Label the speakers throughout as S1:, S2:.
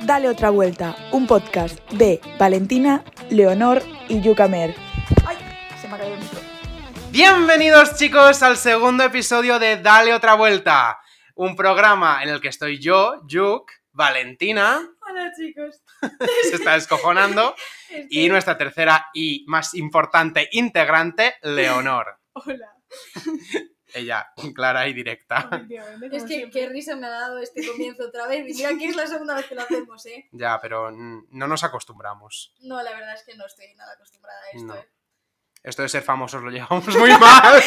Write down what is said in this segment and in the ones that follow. S1: Dale otra vuelta, un podcast de Valentina, Leonor y Yucamer. ¡Ay! Se me ha caído el micro.
S2: Bienvenidos chicos al segundo episodio de Dale otra vuelta, un programa en el que estoy yo, Yuk, Valentina,
S1: Hola chicos.
S2: se está descojonando,
S3: Este
S1: Es
S2: y
S1: que-
S2: nuestra tercera y más importante integrante, Leonor.
S1: Hola.
S2: Ella, clara y directa.
S1: efectivamente,
S3: Es
S1: como
S3: que
S1: siempre.
S3: qué risa me ha dado este comienzo otra vez. Y mira que es la segunda vez que lo hacemos, ¿eh?
S2: Ya, pero mm, no nos acostumbramos.
S3: No, la verdad es que no estoy nada acostumbrada a esto.
S2: No.
S3: ¿eh?
S2: Esto de ser famosos lo llevamos muy mal.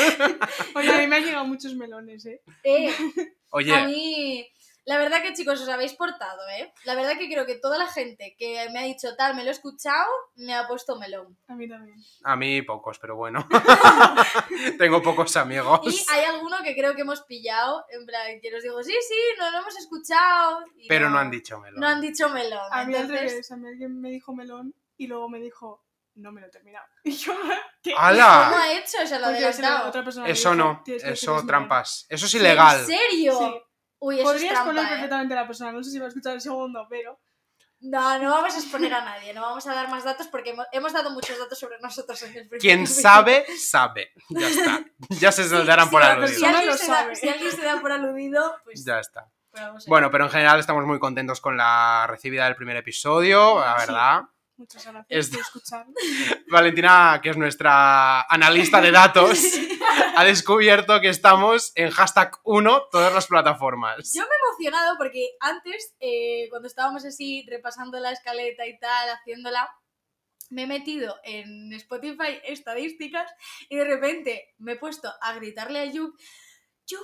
S1: Oye, a mí me han llegado muchos melones, ¿eh?
S3: Eh, A
S2: Oye,
S3: mí, la verdad que chicos, os habéis portado, ¿eh? La verdad que creo que toda la gente que me ha dicho tal, me lo he escuchado, me ha puesto melón.
S1: A mí también.
S2: a mí pocos, pero bueno. Tengo pocos amigos.
S3: Y hay alguno que creo que hemos pillado, en plan, que nos digo, sí, sí, no lo hemos escuchado. y
S2: Pero no han dicho melón.
S3: No han dicho melón.
S1: A mí al
S3: entonces-
S1: revés, a mí alguien me dijo melón y luego me dijo, no me lo he terminado. Y yo, ¿qué?
S2: ¡Hala!
S3: ¿Cómo ha hecho? Se lo ha
S1: Porque se lo-
S3: adelantado.
S1: otra persona me
S2: Eso
S1: dijo,
S2: no,
S1: "Tienes que decirles
S2: eso
S1: melón".
S2: trampas. Eso es
S3: Sí,
S2: ilegal.
S3: ¿En serio?
S1: Sí.
S3: Uy, eso
S1: Podrías
S3: es trampa,
S1: poner
S3: ¿eh?
S1: perfectamente a la persona, no sé si va a escuchar el segundo, pero...
S3: No, no vamos a exponer a nadie, no vamos a dar más datos porque hemos, hemos dado muchos datos sobre nosotros en el primer
S2: Quien
S3: capítulo.
S2: sabe, sabe. Ya está. Ya se darán
S3: Sí,
S2: por
S3: sí,
S2: aludido.
S3: Si
S1: persona
S3: alguien,
S1: lo
S3: se
S1: sabe.
S3: da, si alguien se da por aludido, pues,
S2: Ya está.
S3: pues vamos a
S2: Bueno, pero en general estamos muy contentos con la recibida del primer episodio, la
S1: Sí.
S2: verdad.
S1: Muchas gracias
S2: Es-
S1: por escuchar.
S2: Valentina, que es nuestra analista de datos, ha descubierto que estamos en hashtag 1 todas las plataformas.
S3: Yo me he emocionado porque antes, eh, cuando estábamos así repasando la escaleta y tal, haciéndola, me he metido en Spotify estadísticas y de repente me he puesto a gritarle a Yuk, Yuk,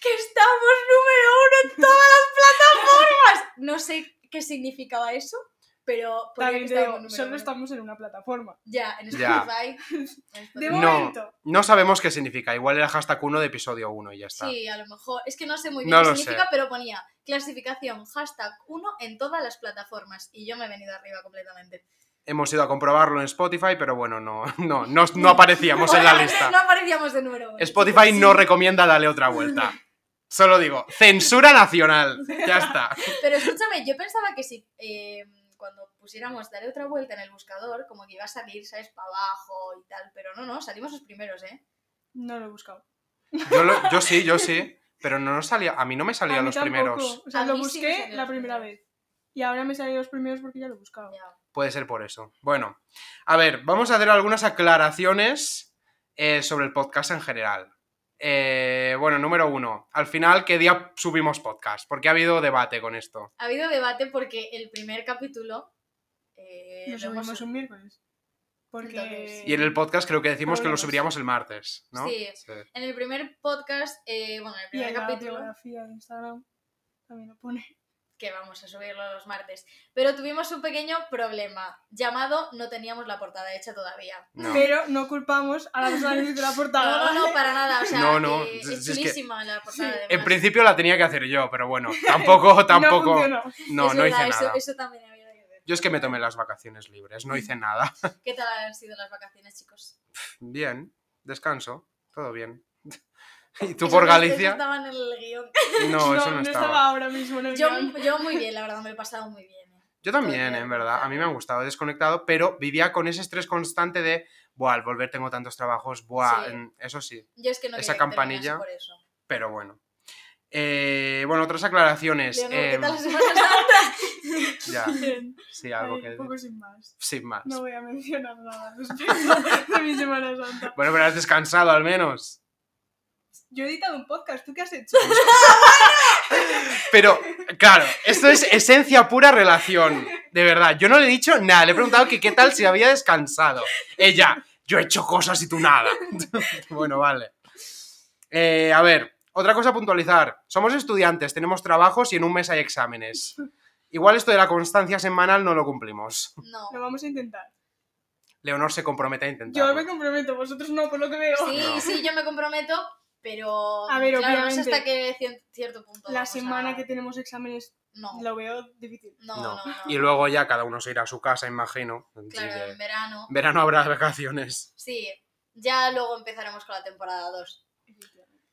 S3: que estamos número uno en todas las plataformas. No sé qué significaba eso, pero ponía
S1: También
S3: que
S1: te
S3: estábamos
S1: digo,
S3: número
S1: solo
S3: uno.
S1: estamos en una plataforma.
S3: Ya, en
S2: Ya.
S3: Spotify. en
S1: De
S3: Spotify.
S2: No.
S1: momento.
S2: No sabemos qué significa, igual era hashtag 1 de episodio 1 y ya está.
S3: Sí, a lo mejor. Es que no sé muy bien
S2: No
S3: qué
S2: lo
S3: significa,
S2: sé.
S3: pero ponía clasificación hashtag 1 en todas las plataformas. Y yo me he venido arriba completamente.
S2: Hemos ido a comprobarlo en Spotify, pero bueno, no, no, no, no aparecíamos en la
S3: Obviamente
S2: lista.
S3: No aparecíamos de ¿eh? número uno,
S2: Spotify
S3: chicos,
S2: no recomienda darle otra vuelta. Solo digo, censura nacional. Ya está.
S3: sí. Pero escúchame, yo pensaba que si eh, cuando pusiéramos darle otra vuelta en el buscador, como que iba a salir, ¿sabes? Para abajo y tal. Pero no, no, salimos los primeros, ¿eh?
S1: No lo he buscado.
S2: Yo, lo- yo sí, yo sí. Pero no nos salía, a mí no me
S1: A
S2: salían
S1: mí
S2: los
S1: tampoco.
S2: primeros.
S1: O sea,
S3: A
S1: lo
S3: mí sí me
S1: busqué
S3: salieron
S1: la
S3: los
S1: primera
S3: primeros.
S1: vez. Y ahora me salieron los primeros porque ya lo he buscado.
S3: Ya.
S2: Puede ser por eso. Bueno, a ver, vamos a hacer algunas aclaraciones eh, sobre el podcast en general. Eh, bueno, número uno, al final, ¿qué día subimos podcast? Porque ha habido debate con esto.
S3: Ha habido debate porque el primer capítulo. eh,
S1: Lo
S3: lo hemos-
S1: subimos un miércoles. Porque...
S3: Entonces-
S2: Y en el podcast creo que decimos que lo
S1: Hablamos.
S2: subiríamos el martes, ¿no?
S3: Sí. En el primer podcast, eh, bueno, en el
S1: Y
S3: primer
S1: en la
S3: capítulo.
S1: biografía de Instagram también lo pone.
S3: que vamos a subirlo los martes. Pero tuvimos un pequeño problema llamado no teníamos la portada hecha todavía.
S2: No.
S1: Pero no culpamos a la persona que hizo la portada.
S3: No, no, no, para nada. O sea,
S2: No, no,
S3: eh,
S2: es- es
S3: es
S2: que-
S3: chulísima la portada. además.
S2: En principio la tenía que hacer yo, pero bueno, tampoco,
S1: No
S2: tampoco.
S1: funcionó.
S2: No,
S3: Es
S2: no hice
S3: verdad, eso,
S2: nada.
S3: Eso también había que ver.
S2: Yo es que me tomé las vacaciones libres, no hice nada.
S3: ¿Qué tal han sido las vacaciones, chicos?
S2: Bien, descanso, todo bien. ¿Y tú
S3: Eso
S2: por
S3: no- eso
S2: Galicia?
S3: estaba en el guión.
S2: No, eso no estaba.
S1: ahora mismo. en el guión.
S3: Yo, yo muy bien, la verdad, me lo he pasado muy bien. ¿eh?
S2: Yo también,
S3: Porque-
S2: en verdad, a mí me ha gustado, he desconectado, pero vivía con ese estrés constante de, buah, al volver tengo tantos trabajos, buah,
S3: Sí.
S2: en- eso sí,
S3: Yo es que no
S2: Esa
S3: quería que terminase
S2: campanilla.
S3: por eso.
S2: pero bueno. Eh, bueno, otras aclaraciones.
S3: Leonor, ¿qué
S2: em,
S3: tal la Semana Santa?
S2: ya,
S1: Bien.
S2: sí, algo
S1: Ahí,
S2: que...
S1: poco sin más.
S2: Sin más.
S1: No voy a mencionar nada respecto de mi Semana Santa.
S2: Bueno, pero has descansado al menos.
S1: Yo he editado un podcast, ¿tú qué has hecho?
S2: Pero, claro, esto es esencia pura relación. De verdad, yo no le he dicho nada. Le he preguntado que qué tal si había descansado. Ella, yo he hecho cosas y tú nada. bueno, vale. Eh, a ver, otra cosa a puntualizar. Somos estudiantes, tenemos trabajos y en un mes hay exámenes. Igual esto de la constancia semanal no lo cumplimos.
S3: No.
S1: Lo vamos a intentar.
S2: Leonor se compromete a
S1: Yo
S2: intentarlo.
S1: me comprometo, vosotros no, por lo que veo.
S3: Sí,
S2: No.
S3: sí, yo me comprometo, pero.
S1: A ver,
S3: claro, no
S1: obviamente,
S3: sé hasta qué cien- cierto punto.
S1: La
S3: vamos a-
S1: semana que tenemos exámenes
S3: No.
S1: lo veo difícil.
S3: No,
S2: No.
S3: no, no.
S2: Y luego ya cada uno se irá a su casa, imagino. Así
S3: Claro,
S2: que
S3: en verano.
S2: Verano habrá vacaciones.
S3: Sí, ya luego empezaremos con la temporada 2.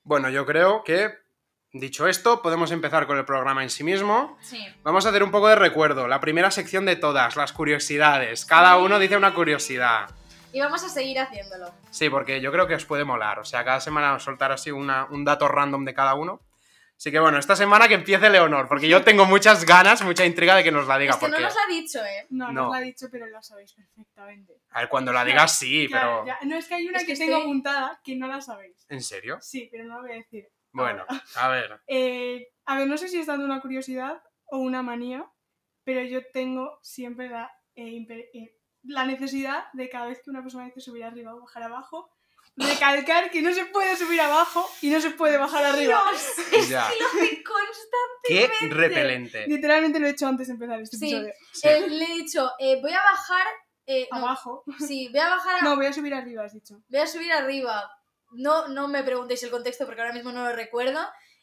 S2: Bueno, yo creo que mm, Dicho esto, podemos empezar con el programa en sí mismo.
S3: Sí.
S2: Vamos a hacer un poco de recuerdo, la primera sección de todas, las curiosidades. Cada uno dice una curiosidad.
S3: Y vamos a seguir haciéndolo.
S2: Sí, porque yo creo que os puede molar. O sea, cada semana soltar así una- un dato random de cada uno. Así que bueno, esta semana que empiece Leonor, porque yo tengo muchas ganas, mucha intriga de que nos la diga.
S3: es que
S2: porque...
S3: no nos lo ha dicho, ¿eh?
S4: No,
S2: No.
S4: no os la he dicho, pero la sabéis perfectamente.
S2: A ver, cuando la digas sí,
S4: Claro,
S2: pero...
S4: ya- No, es que hay una
S3: Es
S4: que,
S3: que
S4: tengo
S3: estoy-
S4: apuntada que no la sabéis.
S2: ¿En serio?
S4: Sí, pero no la voy a decir.
S2: Bueno, a ver.
S4: Eh, a ver, no sé si es dando una curiosidad o una manía, pero yo tengo siempre la, eh, imper- eh, la necesidad de cada vez que una persona dice subir arriba o bajar abajo, recalcar que no se puede subir abajo y no se puede bajar arriba.
S3: Dios, es
S2: Ya.
S3: que lo que consta.
S2: Qué repelente.
S4: Literalmente lo he hecho antes de empezar este
S3: Sí.
S4: episodio.
S2: Sí.
S3: Eh, le he dicho, eh, voy a bajar. eh, no,
S4: Abajo.
S3: sí, voy a bajar. a-
S4: No, voy a subir arriba, has dicho.
S3: Voy a subir arriba. No, no me preguntéis el contexto porque ahora mismo no lo recuerdo.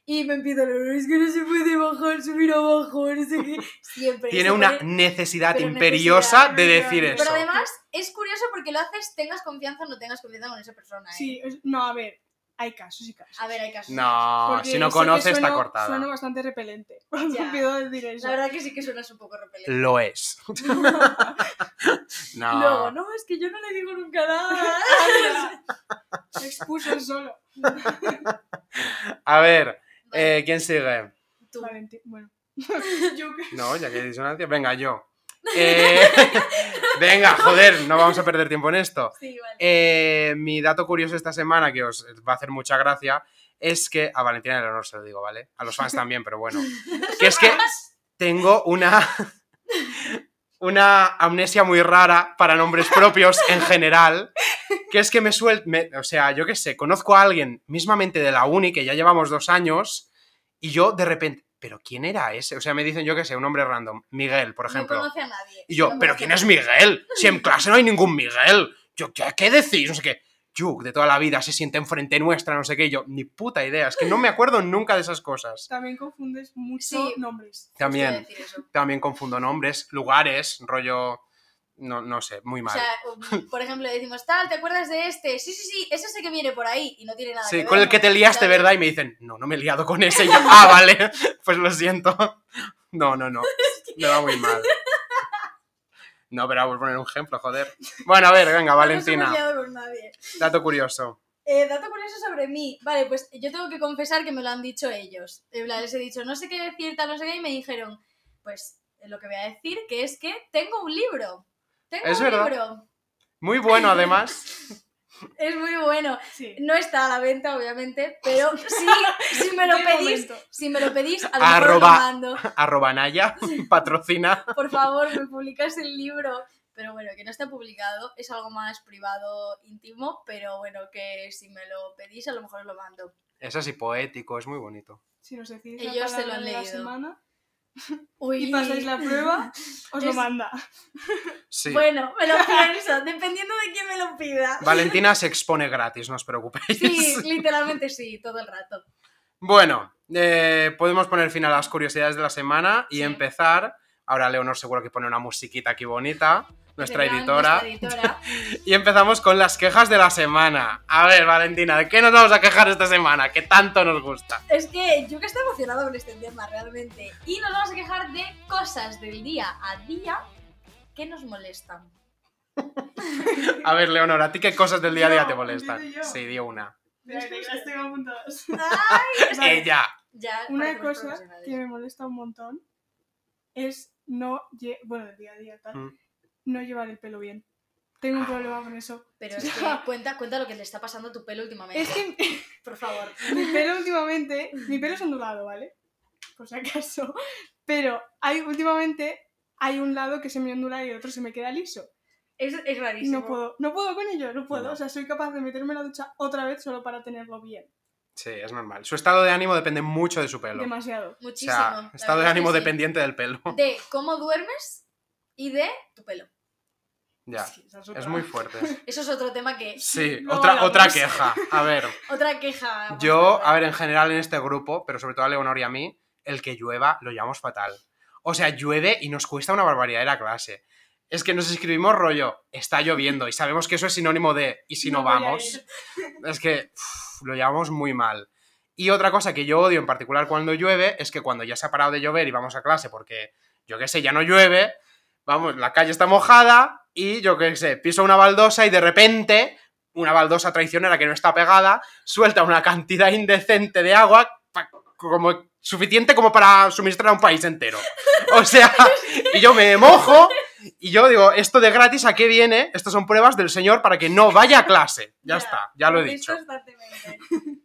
S3: Y me empiezo a hablar, es que no se puede bajar, subir abajo, no sé qué. Siempre.
S2: Tiene
S3: se
S2: una
S3: pone-
S2: necesidad
S3: pero
S2: imperiosa
S4: necesidad,
S2: de decir
S4: pero
S2: eso.
S3: Pero además es curioso porque lo haces tengas confianza o no tengas confianza con esa persona. ¿eh?
S4: Sí, es- no, a ver, hay casos y casos.
S3: A ver, hay casos.
S2: No,
S4: Porque
S2: Ah, si no
S4: sé que
S2: conoce está
S4: sueno-
S2: cortada.
S4: Sueno bastante repelente cuando
S3: Ya.
S4: empiezo a decir eso.
S3: La verdad que sí que suenas un poco repelente.
S2: Lo es. no.
S3: Luego, no, es que yo no le digo nunca nada.
S4: Me expuso solo.
S2: A ver,
S3: Vale,
S2: eh, ¿quién sigue?
S3: tú.
S4: Valenti- Bueno. Yo qué-
S2: No, ya que hay disonancia. Venga, yo. Eh, venga, joder, no vamos a perder tiempo en esto.
S3: Sí, vale.
S2: Eh, mi dato curioso esta semana, que os va a hacer mucha gracia, es que a Valentina del Honor se lo digo, ¿vale? A los fans también, pero bueno. Que es que tengo una. Una amnesia muy rara para nombres propios en general. Que es que me suelto. o sea, yo qué sé, conozco a alguien mismamente de la uni, que ya llevamos dos años, y yo de repente. ¿Pero quién era ese? O sea, me dicen, yo qué sé, un nombre random. Miguel, por ejemplo.
S3: No conoce a nadie.
S2: Y yo,
S3: No
S2: ¿pero
S3: conoce
S2: quién
S3: a
S2: es
S3: nadie.
S2: Miguel? Si en clase no hay ningún Miguel. Yo, ¿qué, qué decís? No sé qué. Yuk, de toda la vida, se siente enfrente nuestra, no sé qué. Y yo, ni puta idea. Es que no me acuerdo nunca de esas cosas.
S4: También confundes mucho
S3: Sí.
S4: nombres.
S3: Quiero
S2: También,
S3: decir eso.
S2: también confundo nombres, lugares, rollo... No, no sé, muy mal.
S3: O sea, um, por ejemplo, decimos, tal, ¿te acuerdas de este? Sí, sí, sí, es ese que viene por ahí y no tiene nada que
S2: Sí,
S3: ver.
S2: con el que te liaste,
S3: ¿sabes?
S2: ¿verdad? Y me dicen, no, no me he liado con ese. Y yo, ah, vale, pues lo siento. No, no, no. Me va muy mal. No, pero vamos a poner un ejemplo, joder. Bueno, a ver, venga,
S3: No nos
S2: Valentina.
S3: hemos liado con nadie.
S2: Dato curioso.
S3: Eh, dato curioso sobre mí. Vale, pues yo tengo que confesar que me lo han dicho ellos. En plan, les he dicho, no sé qué decir, tal, no sé qué, y me dijeron, pues eh, lo que voy a decir, que es que tengo un libro. Tengo
S2: Es
S3: un
S2: verdad.
S3: libro.
S2: Muy bueno, además.
S3: Es muy bueno.
S4: Sí.
S3: No está a la venta, obviamente, pero sí, si me lo
S4: De
S3: pedís,
S4: momento.
S3: si me lo pedís, a lo mejor lo
S2: Arroba.
S3: mando.
S2: arroba Naya, patrocina.
S3: por favor, me publicas el libro. Pero bueno, que no está publicado, es algo más privado, íntimo, pero bueno, que si me lo pedís a lo mejor os lo mando.
S2: Es así poético, es muy bonito.
S4: Si nos decís la
S3: Ellos se lo
S4: palabra
S3: han
S4: de la
S3: leído.
S4: semana
S3: Uy,
S4: y pasáis la prueba, os lo
S3: Es-
S4: manda.
S2: Sí.
S3: Bueno, me lo pienso, dependiendo de quién me lo pida.
S2: Valentina se expone gratis, no os preocupéis.
S3: Sí, literalmente sí, todo el rato.
S2: Bueno, eh, podemos poner fin a las curiosidades de la semana y
S3: Sí.
S2: empezar. Ahora Leonor seguro que pone una musiquita aquí bonita, nuestra
S3: Verán,
S2: editora.
S3: Nuestra editora.
S2: Y empezamos con las quejas de la semana. A ver, Valentina, ¿de qué nos vamos a quejar esta semana? Que tanto nos gusta.
S3: Es que yo que estoy emocionada con este tema, realmente. Y nos vamos a quejar de cosas del día a día que nos molestan.
S2: A ver, Leonor, ¿a ti qué cosas del día a día
S4: Yo,
S2: te molestan?
S4: empiezo yo.
S2: Sí, di una.
S4: Pero que las tengo apuntadas.
S3: Vale.
S2: Ella.
S3: Ya,
S4: Una
S3: parecemos
S4: cosa
S3: profesionales.
S4: que me molesta un montón es no lle- bueno, el día a día tal,
S2: Mm.
S4: no llevar el pelo bien. Tengo un problema con eso.
S3: Pero es que cuenta, cuenta lo que le está pasando a tu pelo últimamente,
S4: Es que
S3: por favor.
S4: mi pelo últimamente, mi pelo es ondulado, ¿vale? Por si acaso. Pero hay últimamente hay un lado que se me ondula y el otro se me queda liso.
S3: Es, es
S4: Y
S3: rarísimo.
S4: no puedo, no puedo con ello, no puedo.
S2: No.
S4: O sea, soy capaz de meterme en la ducha otra vez solo para tenerlo bien.
S2: Sí, es normal. Su estado de ánimo depende mucho de su pelo.
S4: Demasiado.
S2: O
S3: Muchísimo.
S2: sea,
S3: la
S2: estado de
S3: verdad que
S2: ánimo
S3: sí.
S2: dependiente del pelo.
S3: De cómo duermes y de tu pelo.
S2: Ya,
S4: Sí, esa otra.
S2: es muy fuerte.
S3: Eso es otro tema que...
S2: Sí,
S4: Luego
S2: otra,
S4: hablamos.
S2: otra queja. A ver,
S3: Otra queja. más
S2: yo,
S3: tarde.
S2: a ver, en general en este grupo, pero sobre todo a Leonor y a mí, el que llueva lo llamamos fatal. O sea, llueve y nos cuesta una barbaridad ir a clase. Es que nos escribimos rollo, está lloviendo y sabemos que eso es sinónimo de, y si no,
S4: voy a
S2: vamos.
S4: ir.
S2: Es que uf, lo llevamos muy mal. Y otra cosa que yo odio en particular cuando llueve es que cuando ya se ha parado de llover y vamos a clase porque, yo qué sé, ya no llueve, vamos, la calle está mojada y yo qué sé, piso una baldosa y de repente una baldosa traicionera que no está pegada suelta una cantidad indecente de agua pa- como suficiente como para suministrar a un país entero. O sea, y yo me mojo y yo digo, esto de gratis, ¿a qué viene? Estas son pruebas del señor para que no vaya a clase. Ya,
S3: Ya,
S2: está, ya lo he
S3: Contesto
S2: dicho.
S3: constantemente.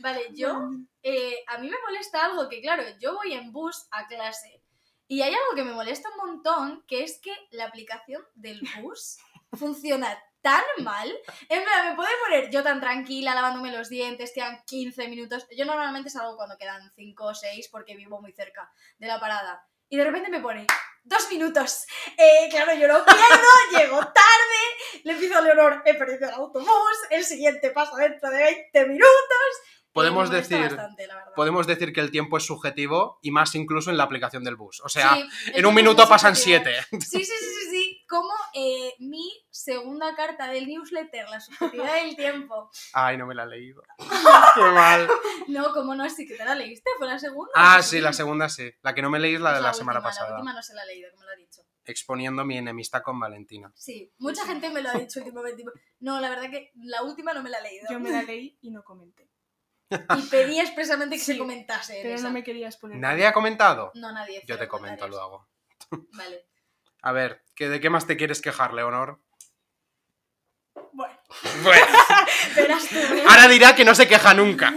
S3: Vale, yo, eh, a mí me molesta algo que, claro, yo voy en bus a clase y hay algo que me molesta un montón, que es que la aplicación del bus funciona tan mal. En verdad, me puede poner yo tan tranquila, lavándome los dientes, quedan 15 minutos. Yo normalmente salgo cuando quedan 5 o 6 porque vivo muy cerca de la parada. Y de repente me pone, dos minutos. Eh, claro, yo lo pierdo, llego tarde. Le pido a Leonor, he perdido el autobús, el siguiente pasa dentro de 20 minutos.
S2: Podemos
S3: Y me molesta
S2: decir,
S3: bastante, la verdad.
S2: podemos decir que el tiempo es subjetivo y más incluso en la aplicación del bus. O sea,
S3: Sí,
S2: en
S3: eso
S2: un
S3: es
S2: minuto
S3: muy
S2: pasan
S3: subjetivo.
S2: siete.
S3: Sí, sí, sí, sí, sí. Como eh, mi segunda carta del newsletter, la subjetividad del tiempo.
S2: Ay, no me la he leído. Qué mal.
S3: No, como no, sí que te la leíste, fue la segunda.
S2: Ah, sí, la segunda sí. La que no me leí es la de la, semana
S3: última, La
S2: pasada.
S3: última no se la he leído, como lo ha dicho.
S2: Exponiendo mi enemistad con Valentina.
S3: Sí, mucha gente me lo ha dicho últimamente. tipo, No, la verdad que la última no me la he leído.
S4: Yo me la leí y no comenté.
S3: Y pedí expresamente que se
S4: Sí,
S3: comentase. en
S4: Pero
S3: esa.
S4: no me quería exponer.
S2: ¿Nadie ha comentado?
S3: No, nadie.
S2: Yo
S3: cero
S2: te comento
S3: comentarios.
S2: luego.
S3: Vale.
S2: A ver, ¿que ¿de qué más te quieres quejar, Leonor?
S4: Bueno,
S2: Bueno,
S3: Verás tú. ¿eh?
S2: ahora dirá que no se queja nunca.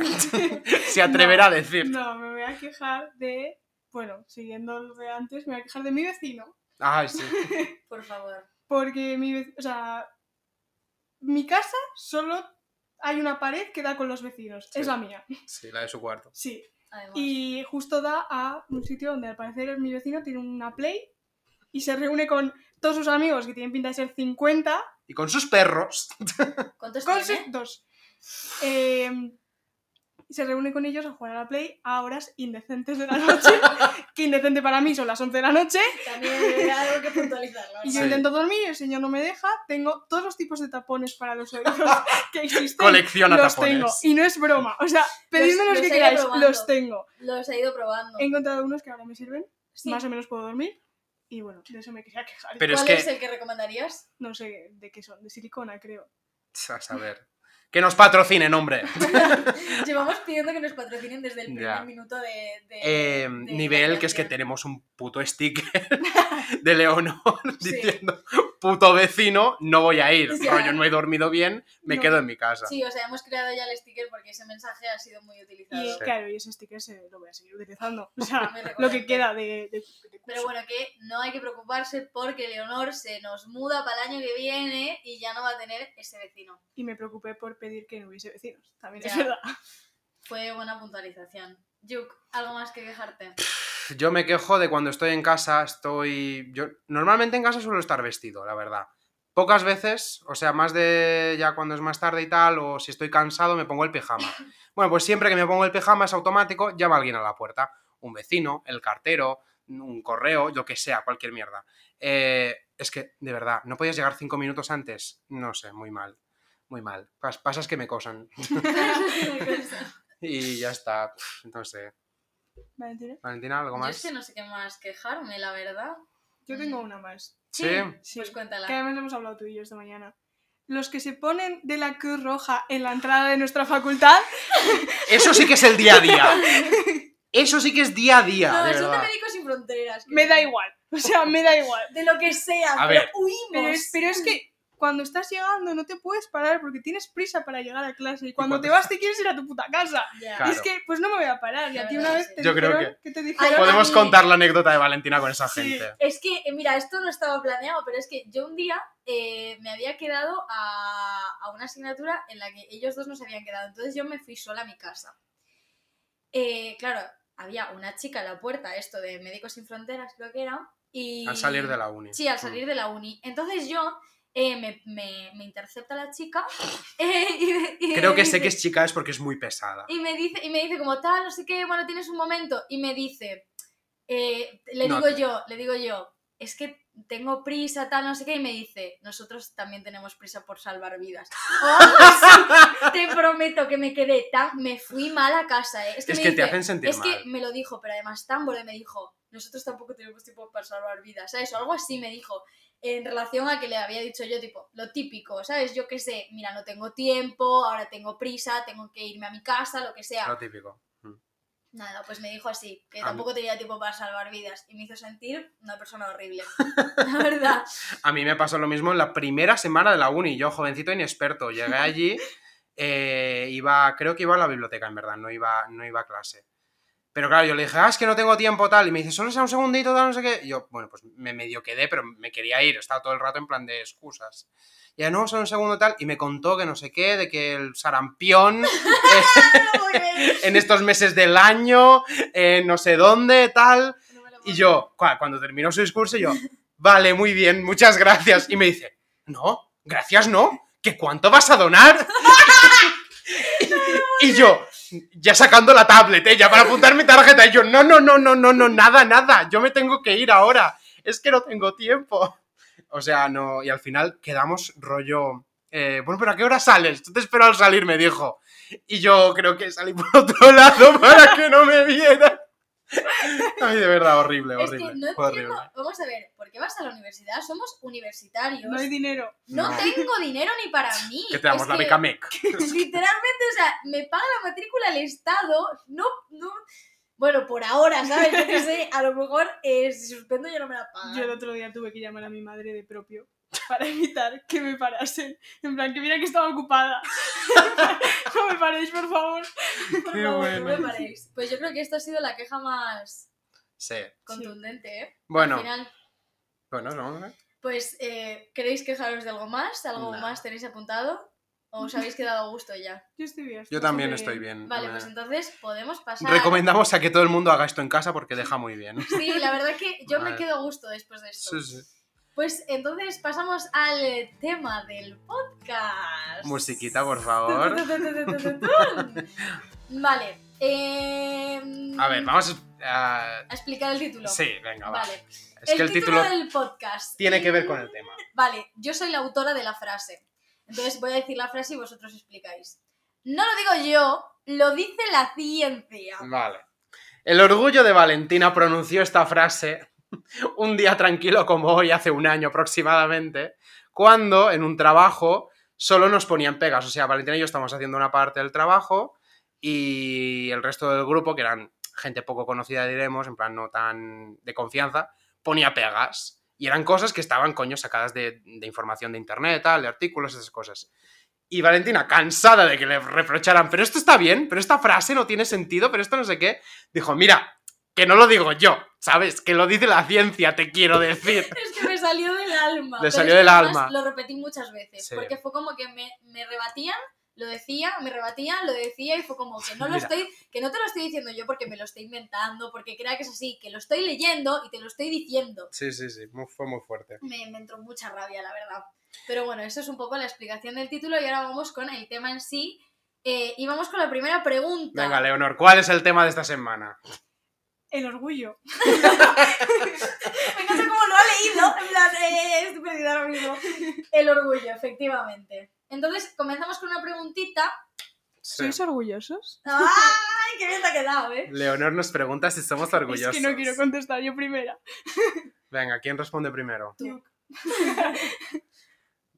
S2: se atreverá a decir.
S4: no, me voy a quejar de. Bueno, siguiendo lo de antes, me voy a quejar de mi vecino.
S2: Ay, sí.
S3: Por favor.
S4: Porque mi vec- O sea. Mi casa solo hay una pared que da con los vecinos.
S2: Sí.
S4: Es la mía.
S2: Sí, la de su cuarto.
S4: Sí.
S3: Además.
S4: Y justo da a un sitio donde al parecer mi vecino tiene una play y se reúne con todos sus amigos que tienen pinta de ser 50
S2: Y con sus perros. Pues
S3: ¿Cuántos
S4: Con
S3: tiene?
S4: sus dos. Eh, y se reúne con ellos a jugar a la Play a horas indecentes de la noche. que indecente para mí son las 11 de la noche.
S3: También hay algo que puntualizar. la
S4: Y
S3: verdad.
S4: yo
S2: Sí.
S4: intento dormir, el señor no me deja. Tengo todos los tipos de tapones para los oídos que existen.
S2: Colecciona
S4: los
S2: tapones.
S4: tengo. Y no es broma. O sea, pedidme los,
S3: los
S4: que
S3: he
S4: queráis,
S3: probado.
S4: los tengo.
S3: Los he ido probando.
S4: He encontrado unos que ahora me sirven.
S3: Sí.
S4: Más o menos puedo dormir. Y bueno, de eso me quería quejar.
S2: Pero es
S3: ¿Cuál
S2: que.
S3: es el que recomendarías?
S4: No sé de qué son, de silicona, creo.
S2: A saber. Que nos patrocinen, hombre.
S3: Llevamos pidiendo que nos patrocinen desde el primer
S2: Ya.
S3: minuto de... de-
S2: Eh,
S3: de
S2: nivel que es que
S3: grabación.
S2: tenemos un puto sticker de Leonor
S3: Sí.
S2: diciendo puto vecino, no voy a ir.
S3: O sea,
S2: Rollo, no he dormido bien, me
S4: no.
S2: quedo en mi casa.
S3: Sí, o sea, hemos creado ya el sticker porque ese mensaje ha sido muy utilizado.
S4: Y
S2: Sí.
S4: claro, y ese sticker se lo voy a seguir utilizando. O sea,
S3: Muy
S4: lo que
S3: recomendable.
S4: queda de, de- de
S3: Pero
S4: curso.
S3: bueno, que no hay que preocuparse porque Leonor se nos muda para el año que viene y ya no va a tener ese vecino.
S4: y me preocupé por pedir que no hubiese vecinos. También es
S3: Ya.
S4: verdad.
S3: Fue buena puntualización. Yuk, algo más que quejarte.
S2: Yo me quejo de cuando estoy en casa, estoy... Yo normalmente en casa suelo estar vestido, la verdad. Pocas veces, o sea, más de ya cuando es más tarde y tal, o si estoy cansado, me pongo el pijama. Bueno, pues siempre que me pongo el pijama es automático, llama alguien a la puerta. Un vecino, el cartero, un correo, lo que sea, cualquier mierda. Eh, es que, de verdad, ¿no podías llegar cinco minutos antes? No sé, muy mal. Muy mal. Pas- pasas que me cosan. Y ya está. Pf, No sé.
S4: Valentina,
S2: Valentina, ¿algo
S3: Yo
S2: más?
S3: es que no sé qué más quejarme, la verdad.
S4: yo tengo una más.
S2: Sí.
S4: Sí.
S3: Pues cuéntala.
S4: Que además hemos hablado tú y yo esta mañana. Los que se ponen de la Cruz Roja en la entrada de nuestra facultad,
S2: Eso sí que es el día a día. Eso sí que es día a día,
S3: no,
S2: de
S3: son de
S2: verdad.
S3: Médicos Sin Fronteras.
S4: me da igual. O sea, me da igual.
S3: De lo que sea,
S2: A
S3: pero
S2: ver.
S3: huimos.
S4: Pero es, pero es que cuando estás llegando no te puedes parar porque tienes prisa para llegar a clase y cuando
S2: cuando
S4: te vas te quieres ir a tu puta casa.
S3: Ya.
S2: Claro.
S4: Y es que, pues no me voy a parar. Y
S3: La
S4: a ti
S3: verdad
S4: una
S3: que
S4: vez
S3: sí.
S4: te
S2: Yo creo
S4: dijeron que te dijeron...
S3: Ahora
S2: Podemos
S3: sí.
S2: contar la anécdota de Valentina con esa
S4: Sí.
S2: gente.
S3: Es que, eh, mira, esto no estaba planeado, pero es que yo un día eh, me había quedado a, a una asignatura en la que ellos dos no se habían quedado. Entonces yo me fui sola a mi casa. Eh, claro, había una chica a la puerta, esto de Médicos Sin Fronteras, creo que era. Y...
S2: Al salir de la uni.
S3: Sí, al salir de la uni. Entonces yo eh, me, me- me intercepta la chica eh, y, y-
S2: Creo que
S3: y
S2: sé que
S3: dice-
S2: es chica es porque es muy pesada.
S3: y me dice, y me dice como tal, no sé qué, bueno, tienes un momento. Y me dice, eh, le
S2: No,
S3: digo
S2: te-
S3: yo, le digo yo, es que tengo prisa, tal, no sé qué, y me dice, nosotros también tenemos prisa por salvar vidas. O algo así. te prometo que me quedé tan, me fui mal a casa, ¿eh? Es que,
S2: es
S3: me
S2: que te
S3: dice,
S2: hacen sentir
S3: es
S2: mal.
S3: que me lo dijo, pero además tan borde me dijo, nosotros tampoco tenemos tiempo para salvar vidas, ¿sabes? O algo así me dijo, en relación a que le había dicho yo, tipo, lo típico, ¿sabes? Yo qué sé, mira, no tengo tiempo, ahora tengo prisa, tengo que irme a mi casa, lo que sea.
S2: Lo típico.
S3: Nada, pues me dijo así, que
S2: A mí-
S3: tampoco tenía tiempo para salvar vidas y me hizo sentir una persona horrible. La verdad.
S2: A mí me pasó lo mismo en la primera semana de la uni, yo jovencito inexperto, llegué allí, eh, iba, creo que iba a la biblioteca en verdad, no iba, no iba a clase. Pero claro, yo le dije, ah, es que no tengo tiempo tal, y me dice, solo sea un segundito tal, no sé qué. Y yo, bueno, pues me medio quedé, pero me quería ir, estaba todo el rato en plan de excusas. Y ya no, solo un segundo tal, y me contó que no sé qué, de que el sarampión... eh,
S3: No voy a ir.
S2: en estos meses del año, eh, no sé dónde, tal.
S3: No me lo
S2: Y
S3: puedo
S2: yo, cua- cuando terminó su discurso, yo, vale, muy bien, muchas gracias. Y me dice, no, gracias no, que cuánto vas a donar. Y yo, ya sacando la tablet, ella, para apuntar mi tarjeta. Y yo, no, no, no, no, no, no, nada, nada, yo me tengo que ir ahora, es que no tengo tiempo. O sea, no, y al final quedamos rollo. eh, bueno, pero ¿a qué hora sales? Tú te espero al salir, me dijo. Y yo creo que salí por otro lado para que no me viera. Ay, de verdad, horrible,
S3: Es
S2: horrible.
S3: que no
S2: fue horrible.
S3: entiendo. Vamos a ver, ¿por qué vas a la universidad? Somos universitarios.
S4: No hay dinero.
S3: No
S2: No.
S3: tengo dinero ni para mí.
S2: Que te damos
S3: Es
S2: la
S3: que,
S2: beca MEC.
S3: Literalmente, o sea, me paga la matrícula el Estado. No, no. Bueno, por ahora, ¿sabes? Yo qué sé, a lo mejor eh, si suspendo ya no me la pagan.
S4: Yo el otro día tuve que llamar a mi madre de propio para evitar que me parasen. En plan, que mira que estaba ocupada. no me paréis, por favor.
S3: Por
S2: Qué
S3: favor,
S2: bueno.
S3: no me paréis. Pues yo creo que esta ha sido la queja más
S2: Sí.
S3: contundente, ¿eh?
S2: Bueno,
S3: Al final,
S2: bueno, ¿no?
S3: pues, eh, ¿queréis quejaros de algo más? ¿Algo
S2: No.
S3: más tenéis apuntado? ¿O os habéis quedado a gusto ya?
S4: Yo estoy bien.
S2: yo
S4: estoy
S2: también
S4: súper
S2: estoy bien.
S3: Vale,
S2: Me-
S3: pues entonces podemos pasar.
S2: Recomendamos a que todo el mundo haga esto en casa porque deja muy bien.
S3: Sí, la verdad que yo me
S2: Vale.
S3: quedo a gusto después de esto.
S2: Sí, sí.
S3: Pues entonces pasamos al eh, tema del podcast.
S2: Musiquita, por favor.
S3: Vale. em,
S2: A ver, vamos a... ah,
S3: a explicar el título.
S2: Sí, venga, va.
S3: Vale.
S2: Es que el título
S3: del podcast.
S2: tiene que ver con el tema.
S3: Vale, yo soy la autora de la frase. Entonces voy a decir la frase y vosotros explicáis. No lo digo yo, lo dice la ciencia.
S2: Vale. El orgullo de Valentina pronunció esta frase un día tranquilo como hoy, hace un año aproximadamente, cuando en un trabajo solo nos ponían pegas. O sea, Valentina y yo estábamos haciendo una parte del trabajo y el resto del grupo, que eran gente poco conocida, diremos, en plan no tan de confianza, ponía pegas. Y eran cosas que estaban, coño, sacadas de, de información de internet, tal, de artículos, esas cosas. Y Valentina, cansada de que le reprocharan, pero esto está bien, pero esta frase no tiene sentido, pero esto no sé qué, dijo, mira, que no lo digo yo, ¿sabes? Que lo dice la ciencia, te quiero decir.
S3: Es que me salió del alma.
S2: Le
S3: Pero
S2: salió
S3: es que
S2: del
S3: además
S2: alma.
S3: Lo repetí muchas veces,
S2: Sí.
S3: porque fue como que me, me rebatían, lo decía, me rebatían, lo decía, y fue como que no lo
S2: Mira.
S3: estoy, que no te lo estoy diciendo yo porque me lo estoy inventando, porque crea que es así, que lo estoy leyendo y te lo estoy diciendo.
S2: Sí, sí, sí, mu- fue muy fuerte.
S3: Me, me entró mucha rabia, la verdad. Pero bueno, eso es un poco la explicación del título y ahora vamos con el tema en sí. Eh, y vamos con la primera pregunta.
S2: Venga, Leonor, ¿cuál es el tema de esta semana?
S4: El orgullo.
S3: Me encanta cómo lo ha leído. En plan, eh, estoy perdida ahora mismo. El orgullo, efectivamente. Entonces, comenzamos con una preguntita.
S2: Sí.
S4: ¿Sois orgullosos?
S3: ¡Ay, qué bien te ha quedado, eh!
S2: Leonor nos pregunta si somos orgullosos.
S4: Es que no quiero contestar yo primera.
S2: Venga, ¿quién responde primero?
S3: Tú.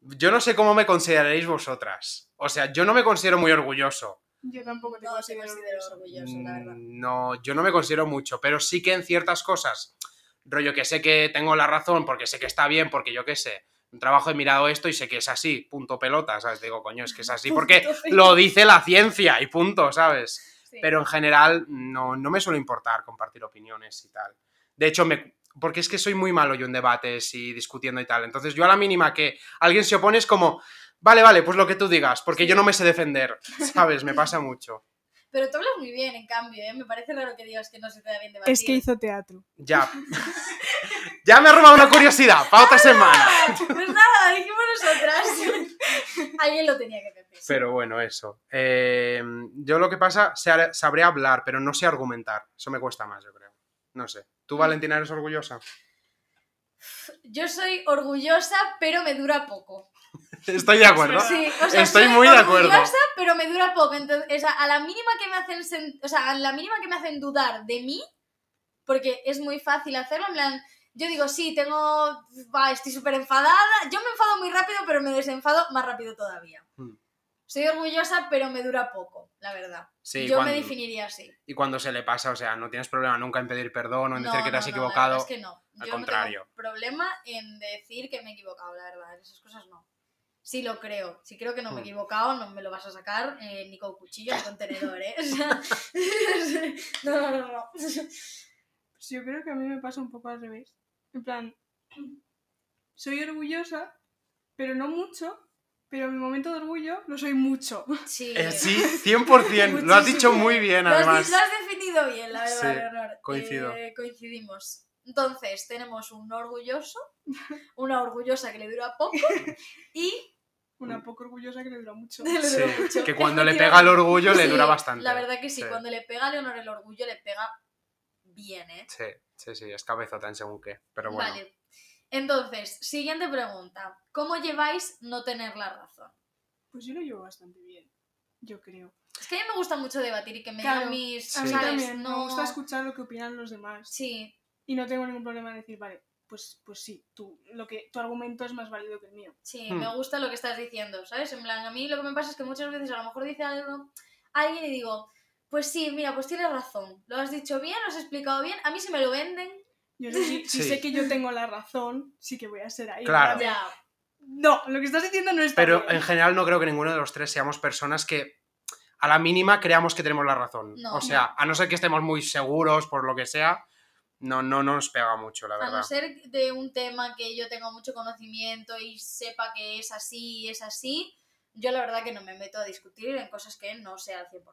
S2: Yo no sé cómo me consideraréis vosotras. O sea, yo no me considero muy orgulloso.
S4: Yo tampoco te
S3: no te
S4: considero
S3: considero
S4: orgulloso.
S3: orgulloso, la verdad.
S2: Mm, No, yo no me considero mucho, pero sí que en ciertas cosas, rollo que sé que tengo la razón, porque sé que está bien, porque yo qué sé, un trabajo he mirado esto y sé que es así, punto pelota, ¿sabes? Digo, coño, es que es así porque
S4: Punto pelota.
S2: lo dice la ciencia y punto, ¿sabes?
S3: Sí.
S2: Pero en general no, no me suele importar compartir opiniones y tal. De hecho, me, porque es que soy muy malo yo en debates y discutiendo y tal. Entonces yo a la mínima que alguien se opone es como, vale, vale, pues lo que tú digas, porque yo no me sé defender, ¿sabes? Me pasa mucho.
S3: Pero tú hablas muy bien, en cambio, ¿eh? Me parece raro que digas que no se te da bien debatir.
S4: Es que hizo teatro.
S2: Ya. ya me ha robado una curiosidad para otra semana.
S3: Pues nada, dijimos nosotras. Alguien lo tenía que decir.
S2: Pero bueno, eso. Eh, yo lo que pasa, sé ar- sabré hablar, pero no sé argumentar. Eso me cuesta más, yo creo. No sé. ¿Tú, Valentina, eres orgullosa?
S3: Yo soy orgullosa, pero me dura poco.
S2: Estoy de acuerdo.
S4: Sí.
S3: Pues Sí, o sea,
S2: Estoy
S3: soy
S2: muy de acuerdo.
S3: orgullosa, pero me dura poco. Entonces, a la mínima que me hacen, sen- o sea, a la mínima que me hacen dudar de mí, porque es muy fácil hacerlo, en plan, yo digo, sí, tengo, va, estoy súper enfadada. Yo me enfado muy rápido, pero me desenfado más rápido todavía.
S2: Hmm.
S3: Soy orgullosa, pero me dura poco, la verdad.
S2: Sí,
S3: yo
S2: cuando-
S3: me definiría así.
S2: Y cuando se le pasa, o sea, no tienes problema nunca en pedir perdón o en decir
S3: No,
S2: que te has
S3: no, no, la
S2: equivocado.
S3: verdad es que no.
S2: al
S3: Yo
S2: contrario.
S3: no tengo problema en decir que me he equivocado, la verdad. En esas cosas no. Sí lo creo. Si creo que no me he
S2: Hmm.
S3: equivocado, no me lo vas a sacar eh, ni con cuchillo ni con tenedor, ¿eh? O sea, no, no, no, no.
S4: Pues yo creo que a mí me pasa un poco al revés. En plan, soy orgullosa, pero no mucho, pero en mi momento de orgullo lo soy mucho.
S3: Sí.
S2: Eh, sí, 100%. lo has dicho muy bien,
S3: Lo has,
S2: además.
S3: di- lo has definido bien, la verdad,
S2: Sí,
S3: Leonor.
S2: coincido.
S3: Eh, coincidimos. Entonces, tenemos un orgulloso, una orgullosa que le dura poco y
S2: Mm.
S4: Una poco orgullosa que le dura mucho.
S3: Le
S2: Sí,
S3: dura mucho.
S2: que cuando le pega el orgulyo le
S3: Sí,
S2: dura bastante.
S3: La verdad que sí,
S2: Sí.
S3: cuando le pega a Leonor el orgullo, le pega bien, ¿eh?
S2: Sí, sí, sí, es cabezota en según qué. Pero bueno.
S3: Vale. Entonces, siguiente pregunta. ¿Cómo lleváis no tener la razón?
S4: Pues yo lo llevo bastante bien, yo creo.
S3: Es que a mí me gusta mucho debatir y que me
S4: Claro,
S3: digan mis.
S4: A mí
S2: Sí.
S3: ¿sabes?
S4: también,
S3: No-
S4: me gusta escuchar lo que opinan los demás.
S3: Sí,
S4: Y no tengo ningún problema en decir, vale, pues, pues sí, tú, lo que, tu argumento es más válido que el mío.
S3: sí,
S2: Hmm.
S3: me gusta lo que estás diciendo, ¿sabes? En plan, a mí lo que me pasa es que muchas veces a lo mejor dice algo alguien y digo, pues sí, mira, pues tienes razón. Lo has dicho bien, lo has explicado bien. A mí se me lo venden.
S4: Yo sé, si, si
S2: Sí.
S4: sé que yo tengo la razón, sí que voy a ser ahí.
S2: Claro.
S4: en plan,
S3: Ya.
S4: No, lo que estás diciendo no está
S2: Pero
S4: bien.
S2: en general no creo que ninguno de los tres seamos personas que a la mínima creamos que tenemos la razón.
S3: No.
S2: o sea, a no ser que estemos muy seguros por lo que sea, no, no, no nos pega mucho, la
S3: A no
S2: verdad.
S3: ser de un tema que yo tenga mucho conocimiento y sepa que es así y es así, yo la verdad que no me meto a discutir en cosas que no sé al 100%.